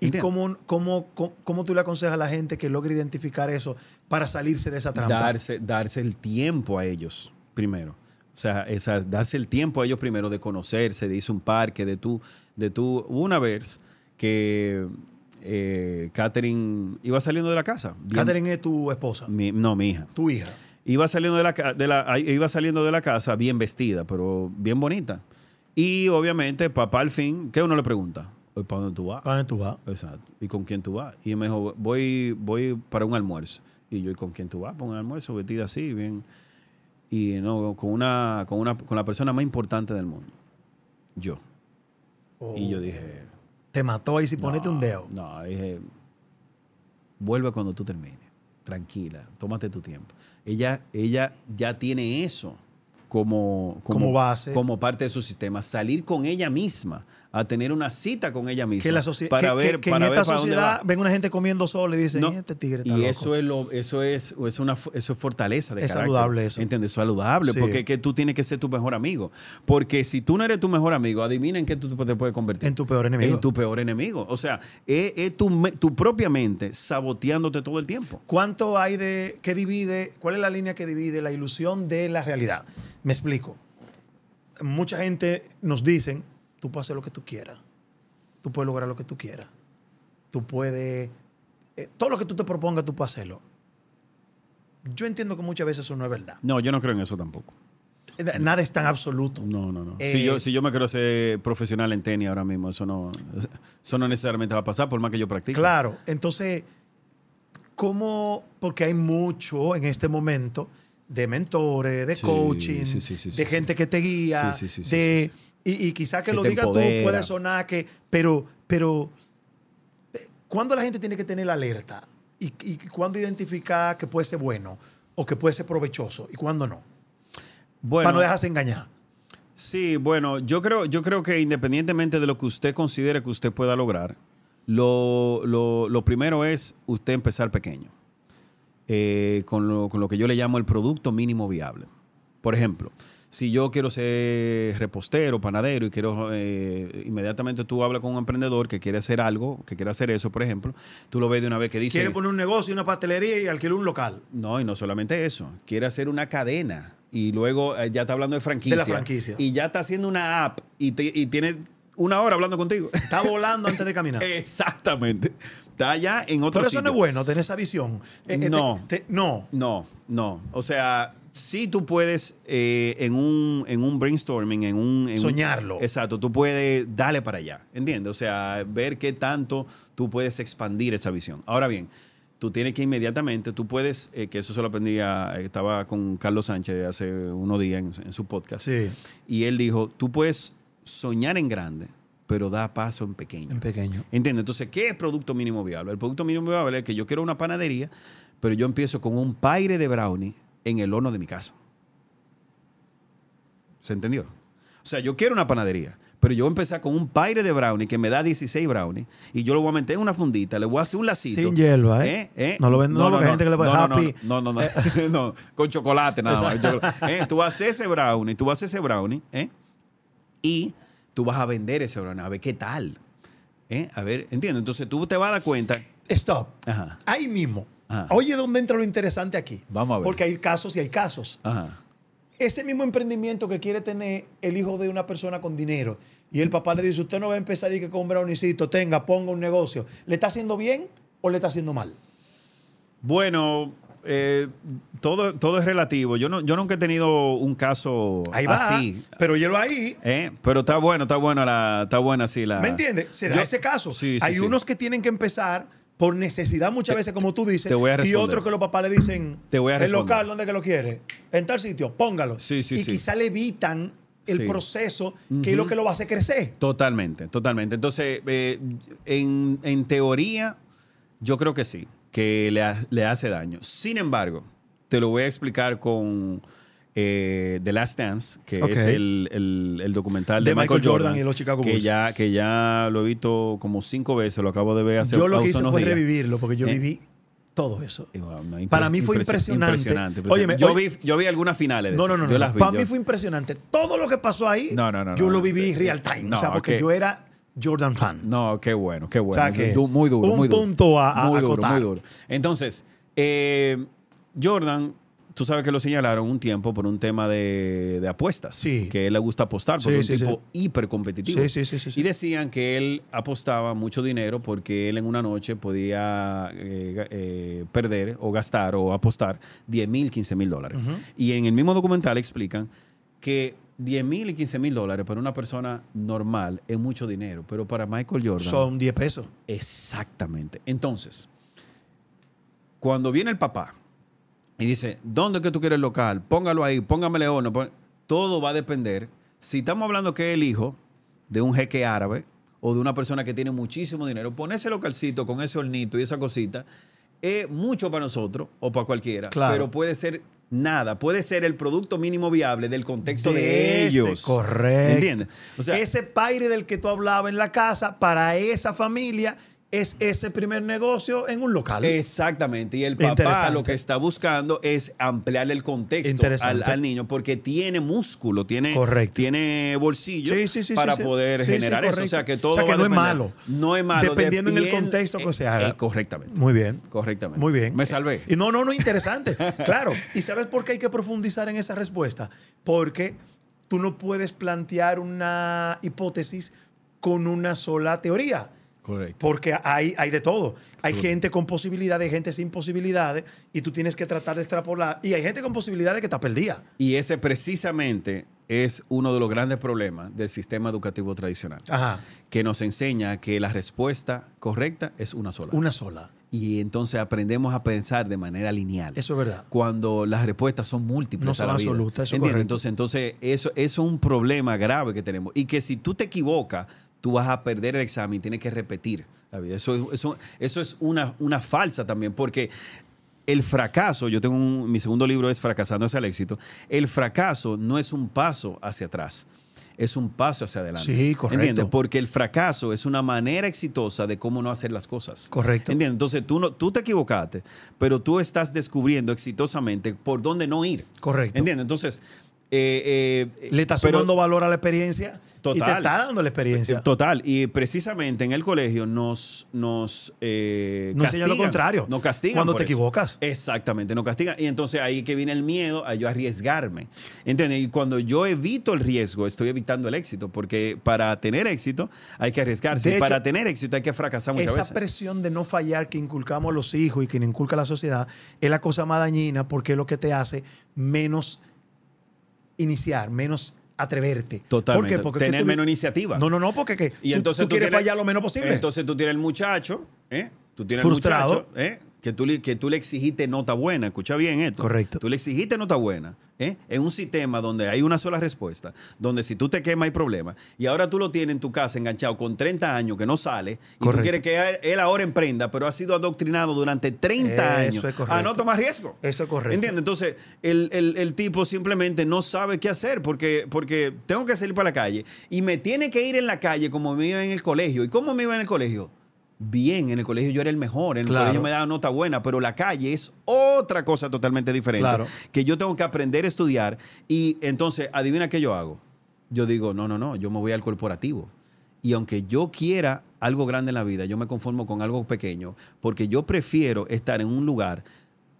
S1: ¿Y
S2: ¿Entiendes?
S1: cómo, cómo, cómo, cómo tú le aconsejas a la gente que logre identificar eso para salirse de esa trampa?
S2: darse, darse el tiempo a ellos primero. O sea, esa- darse el tiempo a ellos primero de conocerse, de irse a un parque, de tú, de tú. Hubo Una vez que eh, Catherine iba saliendo de la casa. Bien-
S1: Catherine es tu esposa,
S2: mi- no, mi hija.
S1: tu hija.
S2: Iba saliendo de la, ca- de la- ay- iba saliendo de la casa bien vestida, pero bien bonita. Y obviamente, papá al fin, ¿qué uno le pregunta? "Oye, ¿Para dónde tú vas?
S1: ¿Para dónde tú vas?
S2: Exacto. ¿Y con quién tú vas? Y me dijo, voy, voy para un almuerzo. Y yo, ¿y con quién tú vas? Para un almuerzo, vestida así, bien. Y no, con una, con una, con la persona más importante del mundo. Yo. Y yo dije.
S1: Te mató ahí si Oh. ponete
S2: "No".
S1: un dedo.
S2: No, dije. Vuelve cuando tú termines. Tranquila, tómate tu tiempo. Ella, ella ya tiene eso como,
S1: Como base.
S2: Como parte de su sistema. Salir con ella misma, a tener una cita con ella misma.
S1: que la sociedad.
S2: para
S1: que,
S2: ver,
S1: que- que
S2: para
S1: en
S2: ver
S1: esta
S2: para dónde
S1: sociedad
S2: va.
S1: ven una gente comiendo solo y dicen,
S2: No.
S1: "Eh, este tigre está
S2: Y
S1: loco".
S2: eso es, lo, eso es, o es una fu- eso es fortaleza de
S1: Es
S2: carácter.
S1: saludable eso.
S2: ¿Entiendes? Saludable,
S1: Sí.
S2: porque es que tú tienes que ser tu mejor amigo. Porque si tú no eres tu mejor amigo, adivinen que tú te puedes convertir.
S1: En tu peor enemigo.
S2: En tu peor enemigo. O sea, es, es tu, me- tu propia mente saboteándote todo el tiempo.
S1: ¿Cuánto hay de qué divide? ¿Cuál es la línea que divide la ilusión de la realidad? Me explico. Mucha gente nos dicen, tú puedes hacer lo que tú quieras, tú puedes lograr lo que tú quieras, tú puedes, eh, todo lo que tú te propongas, tú puedes hacerlo. Yo entiendo que muchas veces eso no es verdad.
S2: No, yo no creo en eso tampoco.
S1: Nada es tan absoluto.
S2: No, no, no.
S1: Eh,
S2: si, yo, si yo me quiero ser profesional en tenis ahora mismo, eso no, eso no necesariamente va a pasar, por más que yo practique.
S1: Claro, entonces, ¿cómo? Porque hay mucho en este momento de mentores, de
S2: Sí,
S1: coaching,
S2: sí, sí, sí,
S1: de
S2: sí,
S1: gente que te guía,
S2: Sí, sí, sí, sí,
S1: de, Y, y quizá que,
S2: Que
S1: lo
S2: te
S1: diga tú
S2: empodera.
S1: puede sonar que, pero, pero, eh, ¿cuándo la gente tiene que tener la alerta? ¿Y, y cuándo identificar que puede ser bueno o que puede ser provechoso y cuándo no?
S2: Bueno,
S1: Para no dejarse engañar.
S2: Sí, bueno, yo creo, yo creo que independientemente de lo que usted considere que usted pueda lograr, lo, lo- lo primero es usted empezar pequeño, eh, con, lo, con lo que yo le llamo el producto mínimo viable. Por ejemplo, si yo quiero ser repostero, panadero y quiero, eh, inmediatamente tú hablas con un emprendedor que quiere hacer algo, que quiere hacer eso, por ejemplo, tú lo ves de una vez que dice...
S1: Quiere poner un negocio, una pastelería y alquilar un local.
S2: No, y no solamente eso. Quiere hacer una cadena y luego eh, ya está hablando de franquicia.
S1: De la franquicia.
S2: Y ya está haciendo una app y, te- y tiene una hora hablando contigo.
S1: Está volando antes de caminar.
S2: Exactamente. Está ya en Eh, otro
S1: Pero eso no
S2: sitio.
S1: es bueno, tener esa visión. te-
S2: No.
S1: te- no.
S2: No, no. O sea, sí tú puedes eh, en, un, en un brainstorming, en un... en un-
S1: Soñarlo.
S2: exacto, tú puedes darle para allá, ¿entiendes? O sea, ver qué tanto tú puedes expandir esa visión. Ahora bien, tú tienes que inmediatamente, tú puedes, eh, que eso se lo aprendí, a- estaba con Carlos Sánchez hace unos días en, en su podcast,
S1: Sí,
S2: y él dijo, tú puedes soñar en grande, pero da paso en pequeño.
S1: en pequeño.
S2: ¿Entiendes? Entonces, ¿qué es producto mínimo viable? El producto mínimo viable es que yo quiero una panadería, pero yo empiezo con un paire de brownie en el horno de mi casa. ¿Se entendió? O sea, yo quiero una panadería, pero yo voy a empezar con un paire de brownie que me da 16 brownie y yo lo voy a meter en una fundita, le voy a hacer un lacito.
S1: Sin hierba, ¿eh? No lo venden, no, porque hay gente que le pone
S2: no, no,
S1: happy.
S2: No, no, no, no, no, con chocolate nada más. Eh, Tú vas a hacer ese brownie, tú vas a hacer ese brownie, ¿eh? Y tú vas a vender ese brownie, a ver qué tal. ¿Eh? A ver, entiendo. Entonces tú te vas a dar cuenta.
S1: Stop.
S2: Ajá.
S1: Ahí mismo.
S2: Ajá.
S1: Oye, ¿dónde entra lo interesante aquí?
S2: Ah. Vamos a ver.
S1: Porque hay casos y hay casos.
S2: Ajá.
S1: Ese mismo emprendimiento que quiere tener el hijo de una persona con dinero y el papá le dice, usted no va a empezar a decir que con un brownicito, tenga, ponga un negocio. ¿Le está haciendo bien o le está haciendo mal?
S2: Bueno, eh, todo, todo es relativo. Yo, no, yo nunca he tenido un caso
S1: Ahí va.
S2: Oh, así.
S1: Pero yo lo ahí.
S2: ¿eh? Pero está bueno, está bueno la, está buena así la.
S1: ¿Me entiendes? Se da
S2: Ah. Yo-
S1: ese caso.
S2: Sí, sí,
S1: Hay
S2: sí.
S1: unos que tienen que empezar por necesidad muchas veces, como tú dices,
S2: te voy a
S1: y
S2: responder.
S1: otros que los papás le dicen,
S2: Te voy a
S1: el
S2: responder.
S1: local donde que lo quiere, en tal sitio, póngalo.
S2: Sí, sí,
S1: y
S2: sí.
S1: quizá le evitan el
S2: Sí.
S1: proceso que es lo que lo va a hacer crecer.
S2: Totalmente, totalmente. Entonces, eh, en, en teoría, yo creo que sí, que le, ha- le hace daño. Sin embargo, te lo voy a explicar con, eh, The Last Dance, que
S1: Ok.
S2: es el, el- el documental de,
S1: De
S2: Michael,
S1: Michael Jordan
S2: Jordan,
S1: y los Chicago
S2: que
S1: Bulls.
S2: ya, que ya lo he visto como cinco veces, lo acabo de ver hace
S1: Yo lo que
S2: hace
S1: hice
S2: unos
S1: fue
S2: días.
S1: revivirlo porque yo
S2: Eh.
S1: viví todo eso.
S2: Eh, wow, no, impre-
S1: Para mí fue
S2: impresio-
S1: impresionante.
S2: impresionante,
S1: Óyeme,
S2: impresionante. yo,
S1: oye-
S2: vi, yo vi algunas finales. de
S1: No, no,
S2: eso.
S1: no. no.
S2: Yo las vi,
S1: Para
S2: yo-
S1: mí fue impresionante. Todo lo que pasó ahí,
S2: No, no, no,
S1: yo
S2: no,
S1: lo
S2: no.
S1: viví real time. o sea,
S2: No,
S1: porque
S2: que-
S1: yo era Jordan fan.
S2: No, qué bueno, qué bueno.
S1: O sea que
S2: Du- muy duro,
S1: un
S2: muy duro.
S1: punto a- a
S2: Muy duro,
S1: acotar.
S2: muy duro. Entonces, eh, Jordan, tú sabes que lo señalaron un tiempo por un tema de, de apuestas.
S1: Sí.
S2: Que él le gusta apostar, porque
S1: Sí,
S2: es un
S1: sí,
S2: tipo hipercompetitivo.
S1: Sí, sí, sí, sí, sí.
S2: Y decían que él apostaba mucho dinero porque él en una noche podía eh, ga- eh, perder o gastar o apostar 10 mil, 15 mil dólares.
S1: Ujú.
S2: Y en el mismo documental explican que 10 mil y 15 mil dólares para una persona normal es mucho dinero, pero para Michael Jordan.
S1: Son 10 pesos.
S2: Exactamente. Entonces, cuando viene el papá y dice, ¿dónde es que tú quieres el local? Póngalo ahí, póngamele horno. pon-". Todo va a depender. Si estamos hablando que es el hijo de un jeque árabe o de una persona que tiene muchísimo dinero, pon ese localcito con ese hornito y esa cosita es mucho para nosotros o para cualquiera,
S1: Claro.
S2: pero puede ser nada, puede ser el producto mínimo viable del contexto de,
S1: ese,
S2: ellos.
S1: Correcto.
S2: ¿Entiendes? O sea,
S1: ese paire del que tú hablabas en la casa, para esa familia, es ese primer negocio en un local.
S2: Exactamente. Y el papá
S1: Interesante.
S2: lo que está buscando es ampliarle el contexto al,
S1: Interesante.
S2: al niño porque tiene músculo, tiene,
S1: Correcto.
S2: tiene bolsillo
S1: Sí, sí, sí,
S2: para
S1: sí, sí.
S2: poder
S1: Sí, sí,
S2: generar eso. O
S1: correcto.
S2: sea que todo
S1: O sea, que
S2: va a
S1: no es
S2: depender.
S1: malo.
S2: No es malo.
S1: Dependiendo en el
S2: depien-
S1: contexto que se haga.
S2: correctamente.
S1: Muy bien.
S2: Correctamente.
S1: Muy bien.
S2: Me salvé.
S1: Y no, no, no, interesante. claro. ¿Y sabes por qué hay que profundizar en esa respuesta? Porque tú no puedes plantear una hipótesis con una sola teoría.
S2: Correcto.
S1: Porque hay, hay de todo. Hay
S2: Correcto.
S1: gente con posibilidades, gente sin posibilidades, y tú tienes que tratar de extrapolar. Y hay gente con posibilidades que está perdida.
S2: Y ese precisamente es uno de los grandes problemas del sistema educativo tradicional,
S1: Ajá.
S2: que nos enseña que la respuesta correcta es una sola.
S1: Una sola.
S2: Y entonces aprendemos a pensar de manera lineal.
S1: Eso es verdad.
S2: cuando las respuestas son múltiples.
S1: No
S2: a
S1: son
S2: la vida.
S1: absolutas, eso es
S2: ¿Entiendes?
S1: correcto.
S2: Entonces, entonces eso, eso es un problema grave que tenemos. Y que si tú te equivocas, tú vas a perder el examen y tienes que repetir la vida. Eso, es- eso, eso es una, una falsa también, porque el fracaso, yo tengo un- mi segundo libro es Fracasando hacia el éxito, el fracaso no es un paso hacia atrás. Es un paso hacia adelante.
S1: Sí, correcto.
S2: ¿Entiendes? Porque el fracaso es una manera exitosa de cómo no hacer las cosas.
S1: Correcto.
S2: ¿Entiendes? Entonces tú, no, tú te equivocaste, pero tú estás descubriendo exitosamente por dónde no ir.
S1: Correcto.
S2: ¿Entiendes? Entonces, eh, eh,
S1: Le estás
S2: pero-
S1: sumando valor a la experiencia y
S2: Total.
S1: te está dando la experiencia.
S2: Total, y precisamente en el colegio nos nos eh,
S1: No enseña lo
S2: castigan.
S1: contrario.
S2: Nos castigan
S1: Cuando
S2: por
S1: te
S2: eso.
S1: equivocas.
S2: Exactamente, nos castigan. Y entonces ahí que viene el miedo a yo arriesgarme. ¿Entiendes? Y cuando yo evito el riesgo, estoy evitando el éxito, porque para tener éxito hay que arriesgarse.
S1: De
S2: y
S1: hecho,
S2: para tener éxito hay que fracasar muchas
S1: Esa
S2: veces.
S1: presión de no fallar que inculcamos a los hijos y que le inculca a la sociedad es la cosa más dañina porque es lo que te hace menos iniciar, menos atreverte. ¿Por
S2: Totalmente.
S1: qué? Porque es que
S2: tener
S1: tú-
S2: menos iniciativa.
S1: No, no, no, porque que
S2: Y
S1: tú-
S2: entonces
S1: tú, quieres
S2: tienes-
S1: fallar lo menos posible.
S2: Entonces tú tienes el muchacho, ¿eh? Tú tienes
S1: Frustrado.
S2: el muchacho, ¿eh? Que tú, le, que tú le exigiste nota buena, escucha bien esto.
S1: Correcto.
S2: Tú le exigiste nota buena, ¿eh? En un sistema donde hay una sola respuesta, donde si tú te quemas hay problema, y ahora tú lo tienes en tu casa enganchado con 30 años que no sale, y
S1: Correcto.
S2: tú quieres que él, él ahora emprenda, pero ha sido adoctrinado durante
S1: Eso
S2: 30 años
S1: es correcto.
S2: a no tomar riesgo.
S1: Eso es correcto.
S2: ¿Entiendes? Entonces, el, el- el tipo simplemente no sabe qué hacer porque, porque tengo que salir para la calle y me tiene que ir en la calle como me iba en el colegio. ¿Y cómo me iba en el colegio? Bien, en el colegio yo era el mejor, en el
S1: Claro.
S2: colegio me daba nota buena, pero la calle es otra cosa totalmente diferente.
S1: Claro.
S2: Que yo tengo que aprender a estudiar y entonces, adivina qué yo hago. Yo digo, no, no, no, yo me voy al corporativo. Y aunque yo quiera algo grande en la vida, yo me conformo con algo pequeño, porque yo prefiero estar en un lugar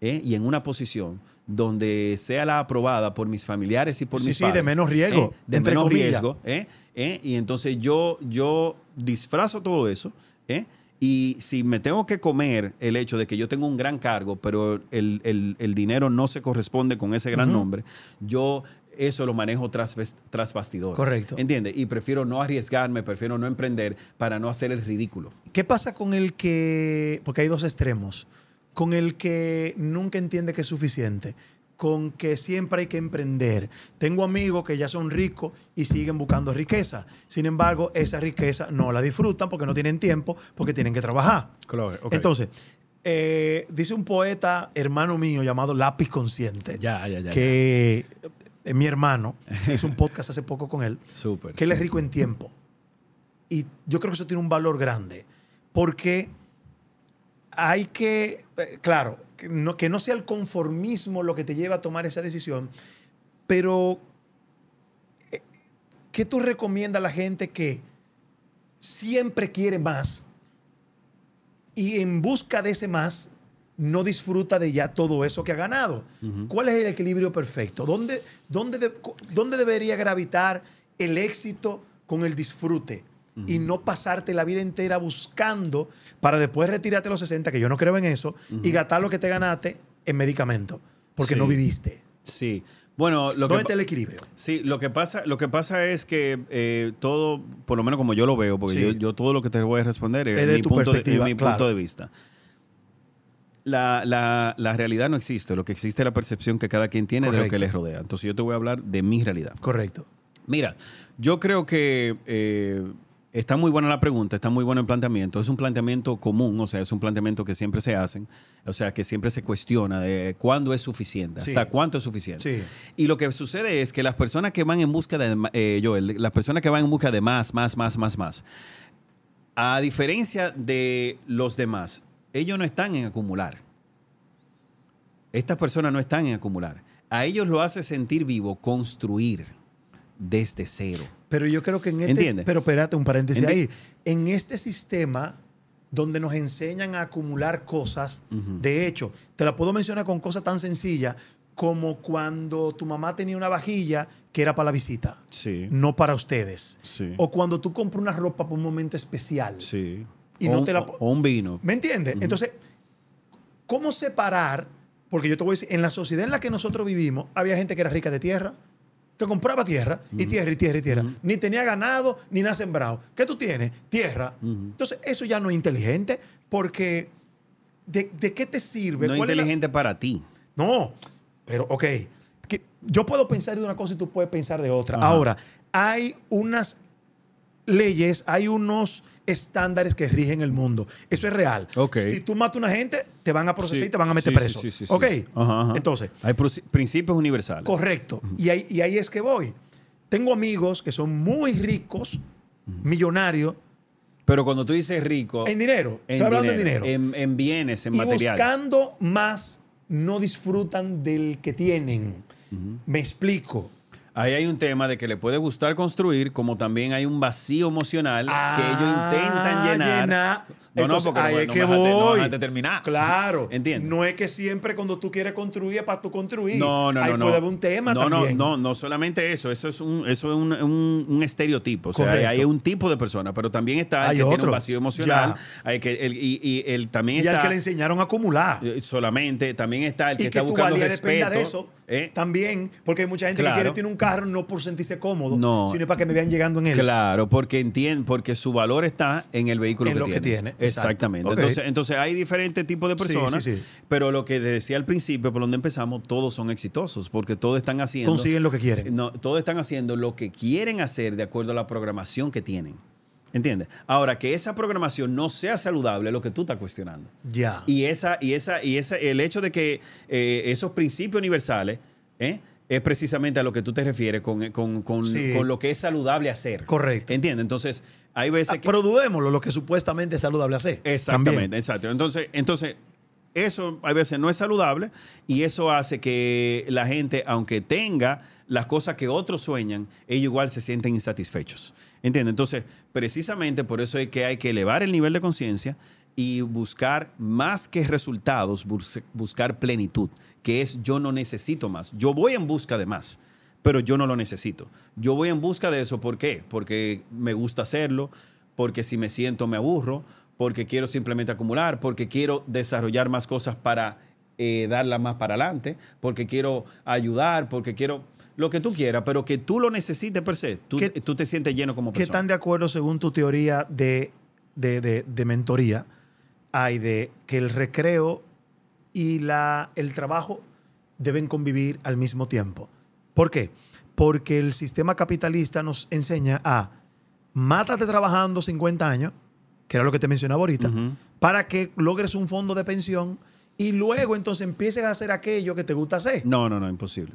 S2: ¿eh? y en una posición donde sea la aprobada por mis familiares y por
S1: Sí,
S2: mis
S1: sí, de
S2: padres.
S1: menos riesgo,
S2: ¿eh? De
S1: entre
S2: menos
S1: comillas.
S2: riesgo. ¿eh? ¿eh? Y entonces yo, yo disfrazo todo eso. ¿eh? Y si me tengo que comer el hecho de que yo tengo un gran cargo, pero el, el- el dinero no se corresponde con ese gran
S1: Ujú.
S2: nombre, yo eso lo manejo tras, bas- tras bastidores.
S1: Correcto.
S2: ¿Entiendes? Y prefiero no arriesgarme, prefiero no emprender para no hacer el ridículo.
S1: ¿Qué pasa con el que, porque hay dos extremos, con el que nunca entiende que es suficiente, con que siempre hay que emprender? Tengo amigos que ya son ricos y siguen buscando riqueza. Sin embargo, esa riqueza no la disfrutan porque no tienen tiempo, porque tienen que trabajar. Entonces, eh, dice un poeta, hermano mío, llamado Lápiz Consciente,
S2: ya, ya,
S1: que eh, mi hermano, hizo un podcast hace poco con él,
S2: Súper.
S1: que él es rico en tiempo. Y yo creo que eso tiene un valor grande, porque hay que, eh, claro, que no, que no sea el conformismo lo que te lleva a tomar esa decisión, pero eh, ¿qué tú recomiendas a la gente que siempre quiere más y en busca de ese más no disfruta de ya todo eso que ha ganado?
S2: Ujú.
S1: ¿Cuál es el equilibrio perfecto? ¿Dónde, dónde, de- cu- dónde debería gravitar el éxito con el disfrute? Y no pasarte la vida entera buscando para después retirarte a los 60, que yo no creo en eso, y gastar lo que te ganaste en medicamento, porque
S2: Sí.
S1: no viviste.
S2: Sí. Bueno, lo
S1: ¿Dónde
S2: que,
S1: está el equilibrio?
S2: Sí, lo que pasa, lo que pasa es que eh, todo, por lo menos como yo lo veo, porque
S1: Sí.
S2: yo, yo todo lo que te voy a responder es
S1: Es de
S2: mi,
S1: tu
S2: punto de,
S1: perspectiva,
S2: mi
S1: claro.
S2: punto de vista. La, la- la realidad no existe, lo que existe es la percepción que cada quien tiene de lo que
S1: Correcto.
S2: les rodea. Entonces yo te voy a hablar de mi realidad.
S1: Correcto.
S2: Mira, yo creo que eh, está muy buena la pregunta, está muy bueno el planteamiento. Es un planteamiento común, o sea, es un planteamiento que siempre se hacen, o sea, que siempre se cuestiona de cuándo es suficiente,
S1: Sí.
S2: hasta cuánto es suficiente.
S1: Sí.
S2: Y lo que sucede es que las personas que van en busca de, ma- eh, Joel, las personas que van en busca de más, más, más, más, más, a diferencia de los demás, ellos no están en acumular. Estas personas no están en acumular. A ellos lo hace sentir vivo construir desde cero.
S1: Pero yo creo que en este.
S2: Entiende.
S1: Pero espérate, un paréntesis
S2: Enti-
S1: ahí. En este sistema donde nos enseñan a acumular cosas,
S2: Ujú.
S1: de hecho, te la puedo mencionar con cosas tan sencillas como cuando tu mamá tenía una vajilla que era para la visita,
S2: Sí.
S1: no para ustedes.
S2: Sí.
S1: O cuando tú compras una ropa para un momento especial.
S2: sí.
S1: Y
S2: o,
S1: no
S2: un-
S1: te la-
S2: o un vino.
S1: ¿Me entiendes?
S2: Ujú.
S1: Entonces, ¿cómo separar? Porque yo te voy a decir, en la sociedad en la que nosotros vivimos, había gente que era rica de tierra, que compraba tierra, y tierra, y tierra, y tierra.
S2: Ujú.
S1: Ni tenía ganado, ni nada sembrado. ¿Qué tú tienes? Tierra.
S2: Ujú.
S1: Entonces, eso ya no es inteligente, porque ¿de, de qué te sirve?
S2: No
S1: ¿Cuál es la-
S2: inteligente para ti.
S1: no, pero ok. que yo puedo pensar de una cosa y tú puedes pensar de otra.
S2: Ajá.
S1: Ahora, hay unas leyes, hay unos estándares que rigen el mundo. Eso es real.
S2: Ok.
S1: Si tú matas a una gente, te van a procesar
S2: Sí,
S1: y te van a meter
S2: sí,
S1: preso.
S2: sí, sí, sí,
S1: ok.
S2: sí. Ajá, ajá.
S1: Entonces,
S2: Hay prusi- principios universales.
S1: correcto. Y ahí, y ahí es que voy. Tengo amigos que son muy ricos, millonarios,
S2: Pero cuando tú dices rico,
S1: en dinero. Estoy hablando de dinero.
S2: En, en bienes, en
S1: y
S2: materiales.
S1: buscando más, no disfrutan del que tienen. Me explico.
S2: Ahí hay un tema de que le puede gustar construir, como también hay un vacío emocional que ellos intentan
S1: Ah,
S2: llenar. No,
S1: Entonces,
S2: no, porque
S1: ahí
S2: no,
S1: es
S2: no
S1: que
S2: me dejaste- no me
S1: voy.
S2: dejaste terminar.
S1: Claro.
S2: Entiendo.
S1: No es que siempre cuando tú quieres construir es para tú construir.
S2: No, no, no.
S1: Ahí
S2: no.
S1: puede haber un tema
S2: no,
S1: también.
S2: No, no, no solamente eso. Eso es un, eso es un, un- un estereotipo. O sea,
S1: Correcto.
S2: hay un tipo de persona, pero también está el
S1: Hay
S2: que tiene
S1: otro.
S2: un vacío emocional.
S1: Ya.
S2: Hay que, el, y, y el, también
S1: Y al
S2: está
S1: que le enseñaron a acumular.
S2: eh, solamente, también está el
S1: y
S2: que
S1: que,
S2: está
S1: tu
S2: buscando
S1: valía
S2: respeto.
S1: dependa de eso
S2: ¿eh?
S1: también. Porque hay mucha gente
S2: Claro.
S1: que quiere tener un carro no por sentirse cómodo,
S2: No.
S1: sino para que me vean llegando en él.
S2: Claro, porque entiende, porque su valor está en el vehículo
S1: En
S2: que,
S1: lo
S2: tiene.
S1: que tiene, exacto.
S2: Exactamente.
S1: Ok.
S2: Entonces, entonces hay diferentes tipos de
S1: Sí,
S2: personas,
S1: sí, sí.
S2: pero lo que decía al principio, por donde empezamos, todos son exitosos, porque todos están haciendo
S1: Consiguen lo que quieren.
S2: no, todos están haciendo lo que quieren hacer de acuerdo a la programación que tienen. ¿Entiendes? Ahora, que esa programación no sea saludable es lo que tú estás cuestionando.
S1: Ya.
S2: Y esa, y esa, y esa, el hecho de que eh, esos principios universales ¿eh? es precisamente a lo que tú te refieres con, con- con-
S1: Sí.
S2: con lo que es saludable hacer.
S1: Correcto.
S2: ¿Entiendes? Entonces, hay veces
S1: Ah,
S2: que.
S1: Pero dudémoslo, lo que supuestamente es saludable hacer.
S2: Exactamente,
S1: También.
S2: exacto. Entonces, entonces, eso a veces no es saludable y eso hace que la gente, aunque tenga las cosas que otros sueñan, ellos igual se sienten insatisfechos. ¿Entiendes? Entonces, precisamente por eso es que hay que elevar el nivel de conciencia y buscar más que resultados, bus- buscar plenitud, que es yo no necesito más, yo voy en busca de más pero yo no lo necesito. Yo voy en busca de eso, ¿por qué? Porque me gusta hacerlo, porque si me siento me aburro, porque quiero simplemente acumular, porque quiero desarrollar más cosas para eh, darlas más para adelante, porque quiero ayudar, porque quiero lo que tú quieras, pero que tú lo necesites per se, tú,
S1: ¿Qué-
S2: tú te sientes lleno como
S1: ¿Qué
S2: persona.
S1: están de acuerdo según tu teoría de, de- de- de mentoría? Hay de que el recreo y la, el trabajo deben convivir al mismo tiempo. ¿Por qué? Porque el sistema capitalista nos enseña a mátate trabajando 50 años, que era lo que te mencionaba ahorita,
S2: Ujú.
S1: para que logres un fondo de pensión y luego entonces empieces a hacer aquello que te gusta hacer.
S2: No, no, no, imposible.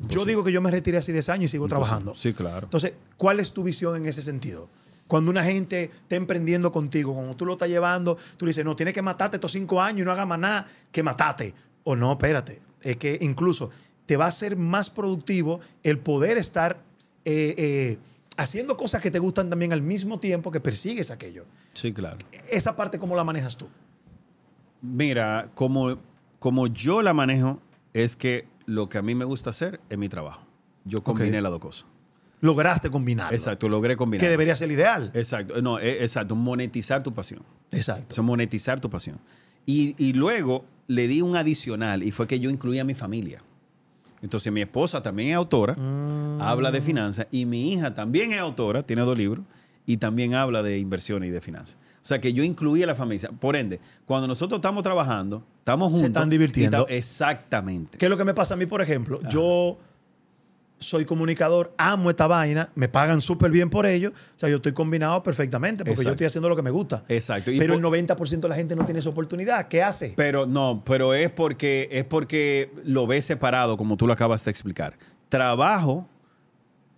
S1: Yo digo que yo me retiré hace 10 años y sigo trabajando.
S2: Sí, claro.
S1: Entonces, ¿cuál es tu visión en ese sentido? Cuando una gente está emprendiendo contigo, cuando tú lo estás llevando, tú le dices, no, tienes que matarte estos cinco años y no hagas más nada que matarte. O no, espérate. Es que incluso te va a ser más productivo el poder estar eh, eh, haciendo cosas que te gustan también al mismo tiempo que persigues aquello.
S2: Sí, claro.
S1: Esa parte, ¿cómo la manejas tú?
S2: Mira, como, como yo la manejo, es que lo que a mí me gusta hacer es mi trabajo. Yo combiné las dos cosas.
S1: Lograste combinarlo.
S2: Exacto, logré combinar.
S1: Que debería ser el ideal.
S2: Exacto, no, e- exacto, monetizar tu pasión.
S1: Exacto.
S2: Eso, monetizar tu pasión. Y, y luego le di un adicional y fue que yo incluía a mi familia. Entonces mi esposa también es autora,
S1: Mm.
S2: habla de finanzas y mi hija también es autora, tiene dos libros y también habla de inversiones y de finanzas. O sea que yo incluía a la familia. Por ende, cuando nosotros estamos trabajando, estamos juntos.
S1: están divirtiendo.
S2: y ta- Exactamente.
S1: ¿Qué es lo que me pasa a mí, por ejemplo? Yo soy comunicador, amo esta vaina, me pagan súper bien por ello. O sea, yo estoy combinado perfectamente porque yo
S2: Exacto.
S1: estoy haciendo lo que me gusta.
S2: Exacto. Y
S1: Pero
S2: por-
S1: el 90% de la gente no tiene esa oportunidad. ¿Qué hace?
S2: Pero no, pero es porque es porque lo ves separado, como tú lo acabas de explicar. Trabajo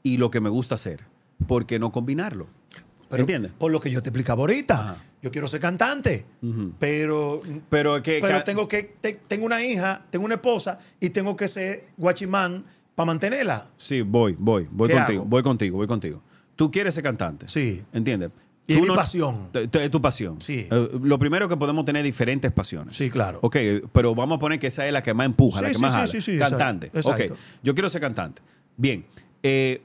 S2: y lo que me gusta hacer. ¿Por qué no combinarlo?
S1: Pero
S2: ¿Entiendes?
S1: Por lo que yo te explicaba ahorita.
S2: Ajá.
S1: Yo quiero ser cantante,
S2: Ujú.
S1: pero,
S2: Pero es que
S1: pero
S2: ca-
S1: tengo que te- tengo una hija, tengo una esposa y tengo que ser guachimán para mantenerla.
S2: Sí, voy, voy, voy
S1: ¿Qué
S2: contigo,
S1: hago?
S2: voy contigo, voy contigo. Tú quieres ser cantante.
S1: Sí.
S2: ¿Entiendes?
S1: Y
S2: Tú
S1: es mi pasión.
S2: T- t- Es tu pasión.
S1: Sí.
S2: Eh, lo primero que podemos tener diferentes pasiones.
S1: Sí, claro.
S2: Ok, pero vamos a poner que esa es la que más empuja,
S1: Sí,
S2: la que
S1: sí,
S2: más
S1: sí,
S2: jala.
S1: sí, sí, exacto,
S2: cantante.
S1: exacto.
S2: Ok, yo quiero ser cantante. Bien, eh,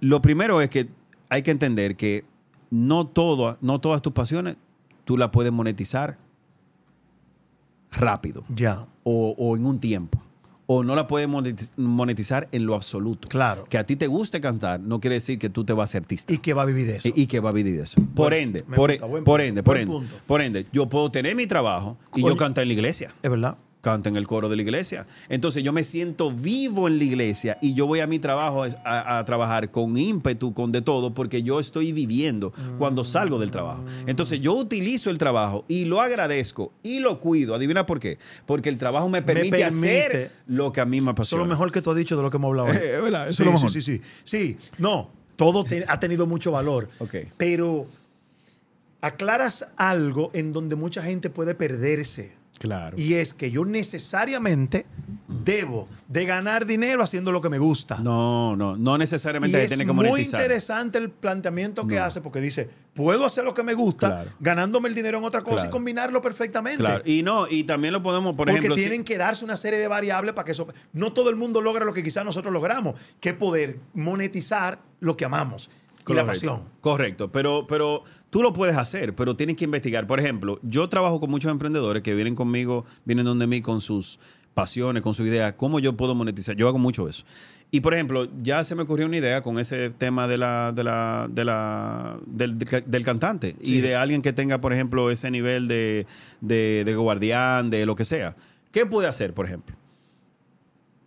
S2: lo primero es que hay que entender que no, todo, no todas tus pasiones tú las puedes monetizar rápido
S1: Ya.
S2: o, o en un tiempo. O no la puedes monetiz- monetizar en lo absoluto.
S1: Claro.
S2: Que a ti te guste cantar no quiere decir que tú te vas a ser artista.
S1: ¿Y qué va a vivir de eso?
S2: Y, y que va a vivir de eso. Por ende,
S1: me
S2: por, e,
S1: gusta, buen
S2: por
S1: punto,
S2: ende, por
S1: buen
S2: ende,
S1: punto.
S2: por ende, yo puedo tener mi trabajo y
S1: Coño.
S2: yo canto en la iglesia.
S1: es verdad.
S2: Canto en el coro de la iglesia. Entonces yo me siento vivo en la iglesia y yo voy a mi trabajo es- a, a trabajar con ímpetu, con de todo, porque yo estoy viviendo cuando salgo del trabajo. Entonces yo utilizo el trabajo y lo agradezco y lo cuido. Adivina por qué. Porque el trabajo me permite,
S1: permite.
S2: hacer lo que a mí
S1: Eso
S2: me
S1: es
S2: apasiona.
S1: lo mejor que tú has dicho de lo que hemos hablado hoy.
S2: Eh, ¿verdad? Eso es
S1: sí,
S2: lo mejor.
S1: Sí, sí, sí. Sí, no, todo te- ha tenido mucho valor.
S2: Ok.
S1: Pero aclaras algo en donde mucha gente puede perderse.
S2: Claro.
S1: Y es que yo necesariamente debo de ganar dinero haciendo lo que me gusta.
S2: No, no, no
S1: Y
S2: necesariamente se
S1: es
S2: tiene que
S1: muy
S2: monetizar.
S1: interesante el planteamiento que
S2: No.
S1: hace porque dice, puedo hacer lo que me gusta,
S2: Claro.
S1: ganándome el dinero en otra cosa y
S2: Claro.
S1: combinarlo perfectamente.
S2: Claro. Y no, y también lo podemos, por
S1: Porque
S2: ejemplo. si-
S1: tienen que darse una serie de variables para que eso. No todo el mundo logra lo que quizás nosotros logramos, que es poder monetizar lo que amamos y la
S2: Correcto,
S1: pasión.
S2: Correcto, pero, pero tú lo puedes hacer, pero tienes que investigar. Por ejemplo, yo trabajo con muchos emprendedores que vienen conmigo, vienen donde mí con sus pasiones, con su idea, cómo yo puedo monetizar. Yo hago mucho eso. Y por ejemplo, ya se me ocurrió una idea con ese tema de la, de la, de la, del, del- del cantante
S1: Sí.
S2: y de alguien que tenga, por ejemplo, ese nivel de, de, de guardián, de lo que sea. ¿Qué puede hacer, por ejemplo?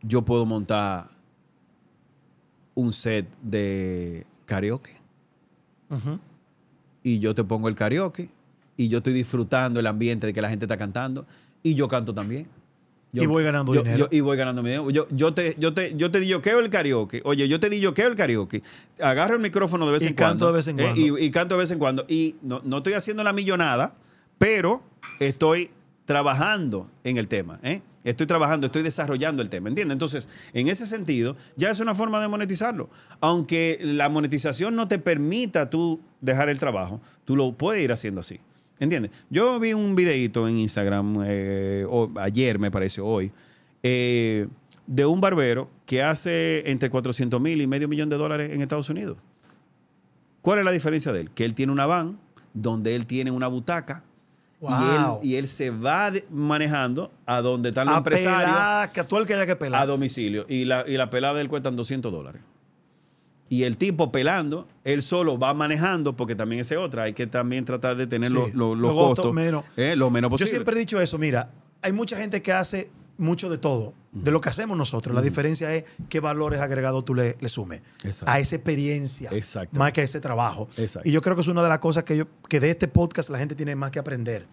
S2: Yo puedo montar un set de karaoke y yo te pongo el karaoke y yo estoy disfrutando el ambiente de que la gente está cantando y yo canto también. Yo-
S1: Y voy ganando
S2: yo-
S1: dinero.
S2: yo- y voy ganando mi dinero. Yo, yo te, yo te, yo te diyoqueo el karaoke. Oye, yo te diyoqueo el karaoke. Agarro el micrófono de vez
S1: Y
S2: en
S1: canto
S2: cuando.
S1: de vez en
S2: eh,
S1: cuando.
S2: y, y canto de vez en cuando. Y no, no estoy haciendo la millonada, pero estoy trabajando en el tema. ¿eh? Estoy trabajando, estoy desarrollando el tema, ¿entiendes? Entonces, en ese sentido, ya es una forma de monetizarlo. Aunque la monetización no te permita tú dejar el trabajo, tú lo puedes ir haciendo así, ¿entiendes? Yo vi un videito en Instagram, eh, o- ayer me parece, hoy, eh, de un barbero que hace entre 400 mil y medio millón de dólares en Estados Unidos. ¿Cuál es la diferencia de él? Que él tiene una van, donde él tiene una butaca,
S1: Wow.
S2: y, él, y él se va de- manejando a donde están los
S1: A
S2: empresarios
S1: pelar, que a todo el que haya que
S2: a
S1: pelar.
S2: domicilio. Y la, y la pelada de él cuestan 200 dólares. Y el tipo pelando, él solo va manejando, porque también esa es otra. Hay que también tratar de tener
S1: Sí,
S2: los, los- los
S1: los costos
S2: costos
S1: menos.
S2: eh, lo menos
S1: Yo
S2: posible.
S1: siempre he dicho eso, mira, hay mucha gente que hace mucho de todo, de lo que hacemos nosotros. La diferencia es qué valores agregados tú le, le sumes
S2: Exacto.
S1: a esa experiencia,
S2: Exacto.
S1: más que a ese trabajo.
S2: Exacto.
S1: Y yo creo que es una de las cosas que, yo, que de este podcast la gente tiene más que aprender.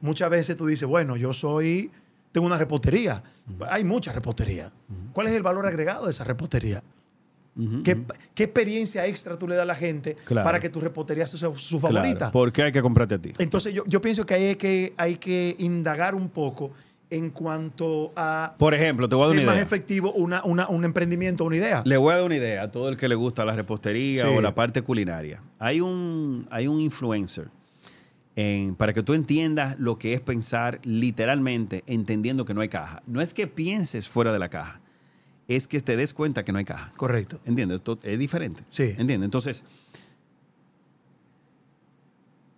S1: Muchas veces tú dices, bueno, yo soy Tengo una repostería. Hay mucha repostería. ¿Cuál es el valor agregado de esa repostería?
S2: Ujú,
S1: ¿Qué,
S2: ujú.
S1: qué experiencia extra tú le das a la gente
S2: Claro.
S1: para que tu repostería sea su, su
S2: Claro,
S1: favorita?
S2: ¿Por qué hay que comprarte a ti?
S1: Entonces yo, yo pienso que hay, que hay que indagar un poco en cuanto a
S2: Por ejemplo, te voy a dar
S1: ser
S2: una
S1: más
S2: idea.
S1: efectivo una, una- un emprendimiento, una idea.
S2: Le voy a dar una idea a todo el que le gusta la repostería
S1: Sí.
S2: o la parte culinaria. Hay un, hay un influencer en- para que tú entiendas lo que es pensar literalmente entendiendo que no hay caja. No es que pienses fuera de la caja, es que te des cuenta que no hay caja.
S1: Correcto.
S2: ¿Entiendes? Esto es diferente.
S1: Sí.
S2: ¿Entiendes? Entonces,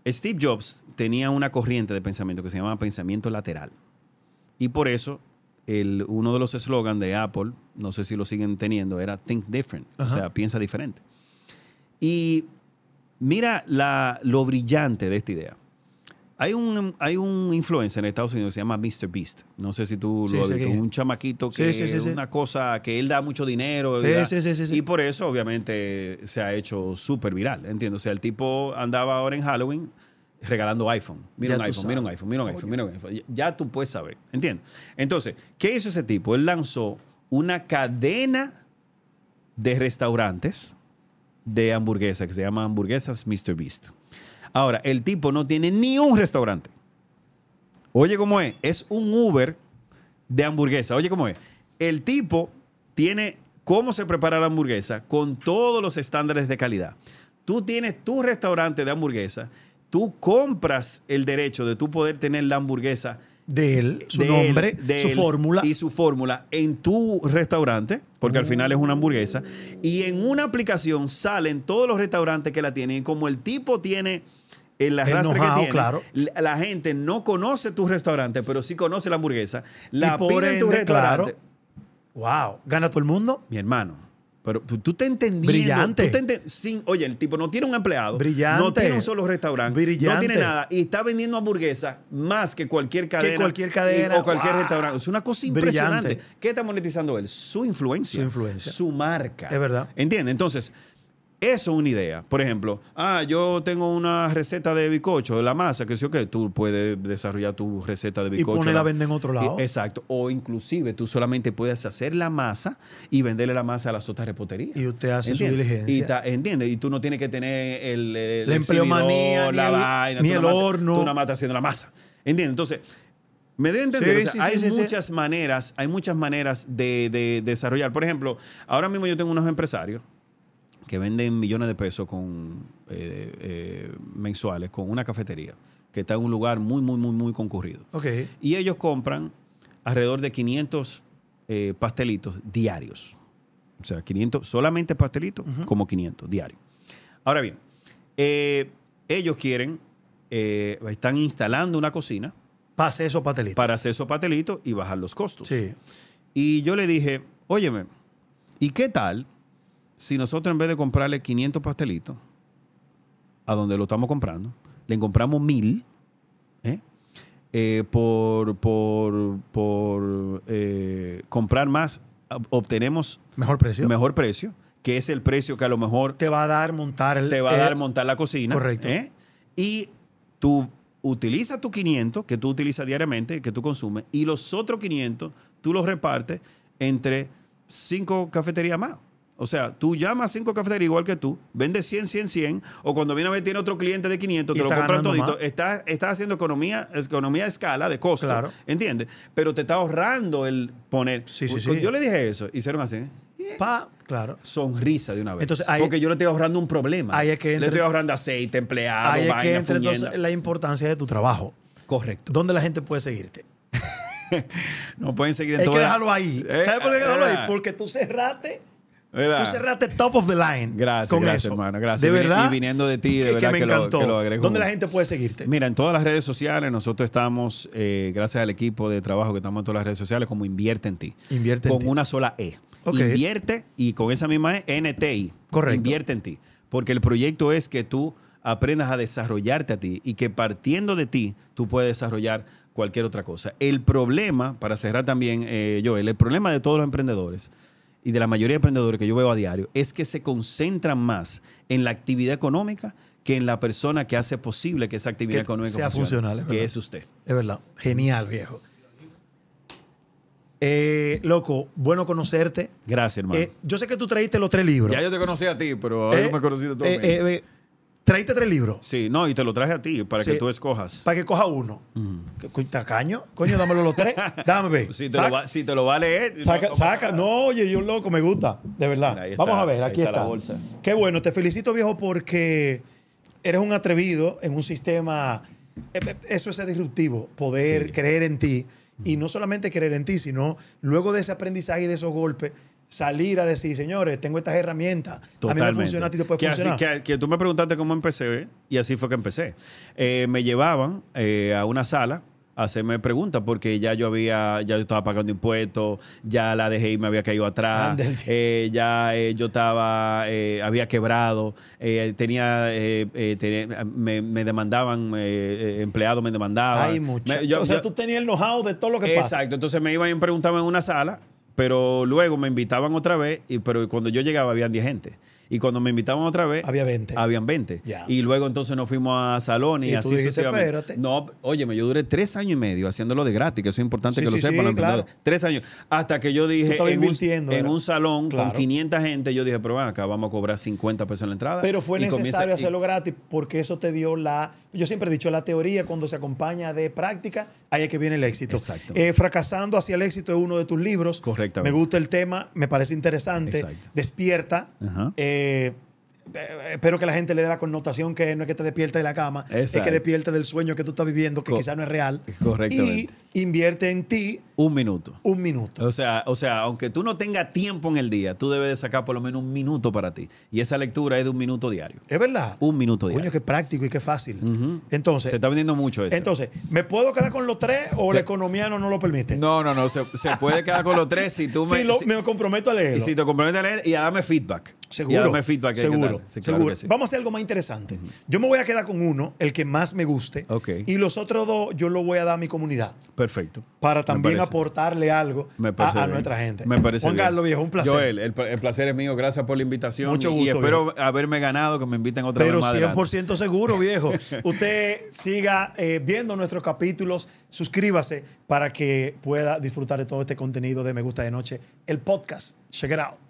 S2: Steve Jobs tenía una corriente de pensamiento que se llamaba pensamiento lateral. Y por eso, el, uno de los eslogans de Apple, no sé si lo siguen teniendo, era Think Different, o
S1: Ajá.
S2: sea, piensa diferente. Y mira la- lo brillante de esta idea. Hay un, hay un influencer en Estados Unidos que se llama Mr. Beast. No sé si tú
S1: Sí,
S2: lo has
S1: sé
S2: visto.
S1: quién es.
S2: Un chamaquito
S1: Sí,
S2: que
S1: sí, sí, sí.
S2: una cosa que él da mucho dinero.
S1: Sí,
S2: da-
S1: sí, sí, sí, sí.
S2: Y por eso, obviamente, se ha hecho súper viral. Entiendo. O sea, el tipo andaba ahora en Halloween regalando iPhone.
S1: Ya
S2: Mira un
S1: tú
S2: iPhone, mira un
S1: sabes.
S2: iPhone, mira un
S1: Oye.
S2: iPhone, mira un iPhone. Ya- Ya tú puedes saber. Entiendo. Entonces, ¿qué hizo ese tipo? Él lanzó una cadena de restaurantes de hamburguesas que se llama Hamburguesas Mr. Beast. Ahora, el tipo no tiene ni un restaurante. Oye, ¿cómo es? Es un Uber de hamburguesa. Oye, ¿cómo es? El tipo tiene cómo se prepara la hamburguesa con todos los estándares de calidad. Tú tienes tu restaurante de hamburguesa, tú compras el derecho de tú poder tener la hamburguesa
S1: De él, su
S2: de él,
S1: nombre,
S2: de
S1: su
S2: él
S1: fórmula.
S2: Y su fórmula en tu restaurante, porque al final es una hamburguesa. Y en una aplicación salen todos los restaurantes que la tienen. Y como el tipo tiene el arrastre que
S1: know-how,
S2: tiene,
S1: claro.
S2: la- la gente no conoce tu restaurante, pero sí conoce la hamburguesa. La
S1: Y por
S2: pide en tu
S1: ende,
S2: restaurante.
S1: claro. Wow. ¿Gana todo el mundo?
S2: Mi hermano. Pero pues, tú te entendiendo.
S1: Brillante.
S2: tú te enten- sin, oye, el tipo no tiene un empleado.
S1: Brillante.
S2: No tiene un solo restaurante. No
S1: Brillante.
S2: tiene nada. Y está vendiendo hamburguesas más que cualquier cadena.
S1: cualquier cadena.
S2: y- o cualquier
S1: Wow.
S2: restaurante. Es una cosa
S1: Brillante.
S2: impresionante. ¿Qué está monetizando él? Su influencia.
S1: Su influencia.
S2: Su marca.
S1: Es verdad.
S2: ¿Entiendes? Entonces, eso es una idea. Por ejemplo, ah, yo tengo una receta de bicocho, de la masa, que sí o que tú puedes desarrollar tu receta de
S1: Y
S2: bicocho.
S1: ponerla a vender en otro lado.
S2: Y- E, Exacto. O inclusive tú solamente puedes hacer la masa y venderle la masa a las otras reposterías.
S1: Y usted hace su
S2: ¿Entiendes?
S1: diligencia.
S2: Y ta- ¿Entiendes? Y tú no tienes que tener el, el
S1: La
S2: exhibidor,
S1: empleomanía, ni
S2: la
S1: el-
S2: vaina,
S1: ni
S2: tú
S1: el
S2: nada más-
S1: horno.
S2: Tú nada más estás haciendo la masa. ¿Entiendes? Entonces, me debe entender.
S1: Sí,
S2: o sea,
S1: sí,
S2: hay
S1: sí, sí, sí.
S2: muchas maneras, hay muchas maneras de, de desarrollar. Por ejemplo, ahora mismo yo tengo unos empresarios que venden millones de pesos con, eh, eh, mensuales con una cafetería que está en un lugar muy, muy, muy, muy concurrido.
S1: Ok.
S2: Y ellos compran alrededor de 500 eh, pastelitos diarios. O sea, 500, solamente pastelitos,
S1: Ujú.
S2: como 500 diarios. Ahora bien, eh, ellos quieren, eh, están instalando una cocina
S1: Pase eso, patelito.
S2: para hacer esos pastelitos y bajar los costos.
S1: sí.
S2: Y yo le dije, óyeme, ¿y qué tal si nosotros en vez de comprarle 500 pastelitos, a donde lo estamos comprando, le compramos 1000 ¿eh? Eh, por, por, por eh, comprar más, ob- obtenemos
S1: Mejor precio.
S2: mejor precio, que es el precio que a lo mejor
S1: Te va a dar montar el.
S2: te va a dar
S1: el-
S2: montar la cocina.
S1: eh, correcto.
S2: ¿eh? Y tú utilizas tus 500 que tú utilizas diariamente, que tú consumes, y los otros 500 tú los repartes entre cinco cafeterías más. O sea, tú llamas a cinco cafeterías igual que tú, vendes 100, 100, 100, o cuando viene a ver tiene otro cliente de 500,
S1: Y
S2: te lo
S1: está
S2: compran
S1: ganando
S2: todito,
S1: más.
S2: estás estás haciendo economía, economía a escala de costo,
S1: Claro.
S2: ¿entiendes? Pero te está ahorrando el poner... Pues,
S1: Sí, sí, sí.
S2: Yo le dije eso, hicieron así, ¿eh?
S1: Pa, claro.
S2: sonrisa de una vez.
S1: Entonces, ahí-
S2: Porque yo le estoy ahorrando un problema.
S1: Ahí es que
S2: Le
S1: entra-
S2: estoy ahorrando aceite, empleado,
S1: Ahí es
S2: vaina,
S1: que entra entonces
S2: fuñenda.
S1: la importancia de tu trabajo.
S2: Correcto.
S1: ¿Dónde la gente puede seguirte?
S2: No pueden seguir en
S1: Hay que
S2: todas-
S1: dejarlo ahí.
S2: Eh,
S1: ¿Sabes por qué hay que dejarlo ahí?
S2: ¿verdad?
S1: Porque tú cerraste.
S2: ¿verdad?
S1: Tú cerraste top of the line.
S2: Gracias,
S1: con
S2: gracias,
S1: eso.
S2: hermano, gracias.
S1: De
S2: Y vine-
S1: verdad.
S2: y viniendo de ti,
S1: que-
S2: de verdad
S1: Que
S2: que
S1: me
S2: lo-
S1: encantó.
S2: que lo agrego
S1: ¿Dónde la
S2: mucho.
S1: gente puede seguirte?
S2: Mira, en todas las redes sociales, nosotros estamos, eh, gracias al equipo de trabajo que estamos en todas las redes sociales, como Invierte en ti.
S1: Invierte en
S2: con
S1: ti.
S2: una sola E.
S1: Ok.
S2: Invierte y con esa misma E, NTI.
S1: Correcto.
S2: Invierte en ti. Porque el proyecto es que tú aprendas a desarrollarte a ti y que partiendo de ti tú puedes desarrollar cualquier otra cosa. El problema, para cerrar también, eh, Joel, el problema de todos los emprendedores y de la mayoría de emprendedores que yo veo a diario es que se concentran más en la actividad económica que en la persona que hace posible que esa actividad
S1: Que
S2: económica
S1: sea
S2: funcione,
S1: funcional, es
S2: que
S1: verdad.
S2: es usted.
S1: Es verdad. Genial, viejo. Eh, loco, bueno conocerte.
S2: Gracias, hermano.
S1: Eh, yo sé que tú traíste los tres libros.
S2: Ya yo te conocí a ti, pero ahora
S1: Eh,
S2: tú me conociste tú a
S1: eh,
S2: mí.
S1: eh, eh, traíste tres libros
S2: Sí, no, y te lo traje a ti para
S1: Sí.
S2: que tú escojas.
S1: para que coja uno. ¿Qué co- ¿Tacaño? Coño, dámelo los tres. Dame, ve.
S2: Si Mm. te, lo va, si te lo va a leer.
S1: Saca,
S2: no-
S1: saca. No, oye, yo loco, me gusta, de verdad.
S2: Mira, ahí
S1: Vamos
S2: está,
S1: a ver,
S2: ahí
S1: aquí
S2: está
S1: está.
S2: la bolsa.
S1: Qué bueno, te felicito, viejo, porque eres un atrevido en un sistema. eh, eh, Eso es ser disruptivo, poder
S2: Sí.
S1: creer en ti. Y no solamente creer en ti, sino luego de ese aprendizaje y de esos golpes, salir a decir, señores, tengo estas herramientas. A mí me funciona, a ti te puede
S2: que, así-
S1: funcionar.
S2: que- que tú me preguntaste cómo empecé ¿eh? y así fue que empecé. Eh, me llevaban eh, a una sala a hacerme preguntas porque ya yo había, ya yo estaba pagando impuestos, ya la dejé y me había caído atrás,
S1: Ándale.
S2: eh, ya eh, yo estaba, eh, había quebrado, eh, tenía, eh, eh, tenía- me, me demandaban, eh, eh, empleados me demandaban.
S1: Ay,
S2: Ah, Me-
S1: muchacho.
S2: yo-
S1: o sea,
S2: yo-
S1: tú tenías el know-how de todo lo que
S2: Exacto,
S1: pasa.
S2: entonces me iban y me preguntaban en una sala, pero luego me invitaban otra vez, y, pero cuando yo llegaba habían 10 gente. Y cuando me invitaban otra vez,
S1: Había 20.
S2: habían 20.
S1: Ya.
S2: Y luego entonces nos fuimos a salón y,
S1: Y tú
S2: así
S1: dijiste,
S2: sucesivamente.
S1: "Espérate".
S2: No, óyeme, yo duré tres años y medio haciéndolo de gratis, que eso es importante
S1: Sí,
S2: que lo
S1: sí,
S2: sepan
S1: sí,
S2: los emprendedores.
S1: claro.
S2: Tres años. Hasta que yo dije,
S1: estabas
S2: en, un,
S1: invirtiendo,
S2: en
S1: era.
S2: un salón
S1: Claro.
S2: con 500 gente, yo dije, pero ven acá vamos a cobrar 50 pesos en la entrada.
S1: Pero fue
S2: y comienza-
S1: necesario
S2: y-
S1: hacerlo gratis porque eso te dio la. Yo siempre he dicho, la teoría cuando se acompaña de práctica, ahí es que viene el éxito.
S2: Exacto.
S1: Eh, Fracasando hacia el éxito es uno de tus libros.
S2: Correctamente.
S1: Me gusta el tema, me parece interesante.
S2: Exacto.
S1: Despierta.
S2: Ajá.
S1: Eh, eh, espero que la gente le dé la connotación que no es que te despierta de la cama, es
S2: Exacto.
S1: que despierta del sueño que tú estás viviendo, que
S2: Co-
S1: quizás no es real.
S2: Correctamente. Ah.
S1: Y invierte en ti
S2: Un minuto.
S1: un minuto.
S2: O sea, o sea, aunque tú no tengas tiempo en el día, tú debes de sacar por lo menos un minuto para ti. Y esa lectura es de un minuto diario.
S1: Es verdad.
S2: Un minuto diario.
S1: Coño, qué práctico y qué fácil.
S2: Ujú.
S1: Entonces,
S2: se está vendiendo mucho eso.
S1: Entonces, ¿me puedo quedar con los tres o la economía no, no lo permite?
S2: no, no, no. Se, se puede quedar con los tres si tú me.
S1: Sí, lo-
S2: si-
S1: me comprometo a leerlo.
S2: y si te comprometes a leer y a darme feedback.
S1: seguro.
S2: Y a darme feedback. que hay que
S1: seguro.
S2: darle. Sí, claro
S1: seguro.
S2: que sí.
S1: Vamos a hacer algo más interesante. Yo me voy a quedar con uno, el que más me guste.
S2: Ok.
S1: Y los otros dos yo los voy a dar a mi comunidad
S2: Perfecto.
S1: para
S2: Me
S1: también
S2: parece.
S1: aportarle algo
S2: Me
S1: a,
S2: parece
S1: a
S2: bien.
S1: nuestra gente.
S2: Me parece
S1: Juan
S2: bien.
S1: Carlos, viejo, un placer.
S2: Joel, el, el placer es mío. Gracias por la invitación.
S1: Mucho
S2: Y- Y
S1: gusto,
S2: espero haberme ganado, que me inviten otra
S1: Pero
S2: vez más adelante.
S1: 100% seguro, viejo. Usted siga eh, viendo nuestros capítulos, suscríbase para que pueda disfrutar de todo este contenido de Me Gusta de Noche, el podcast. Check it out.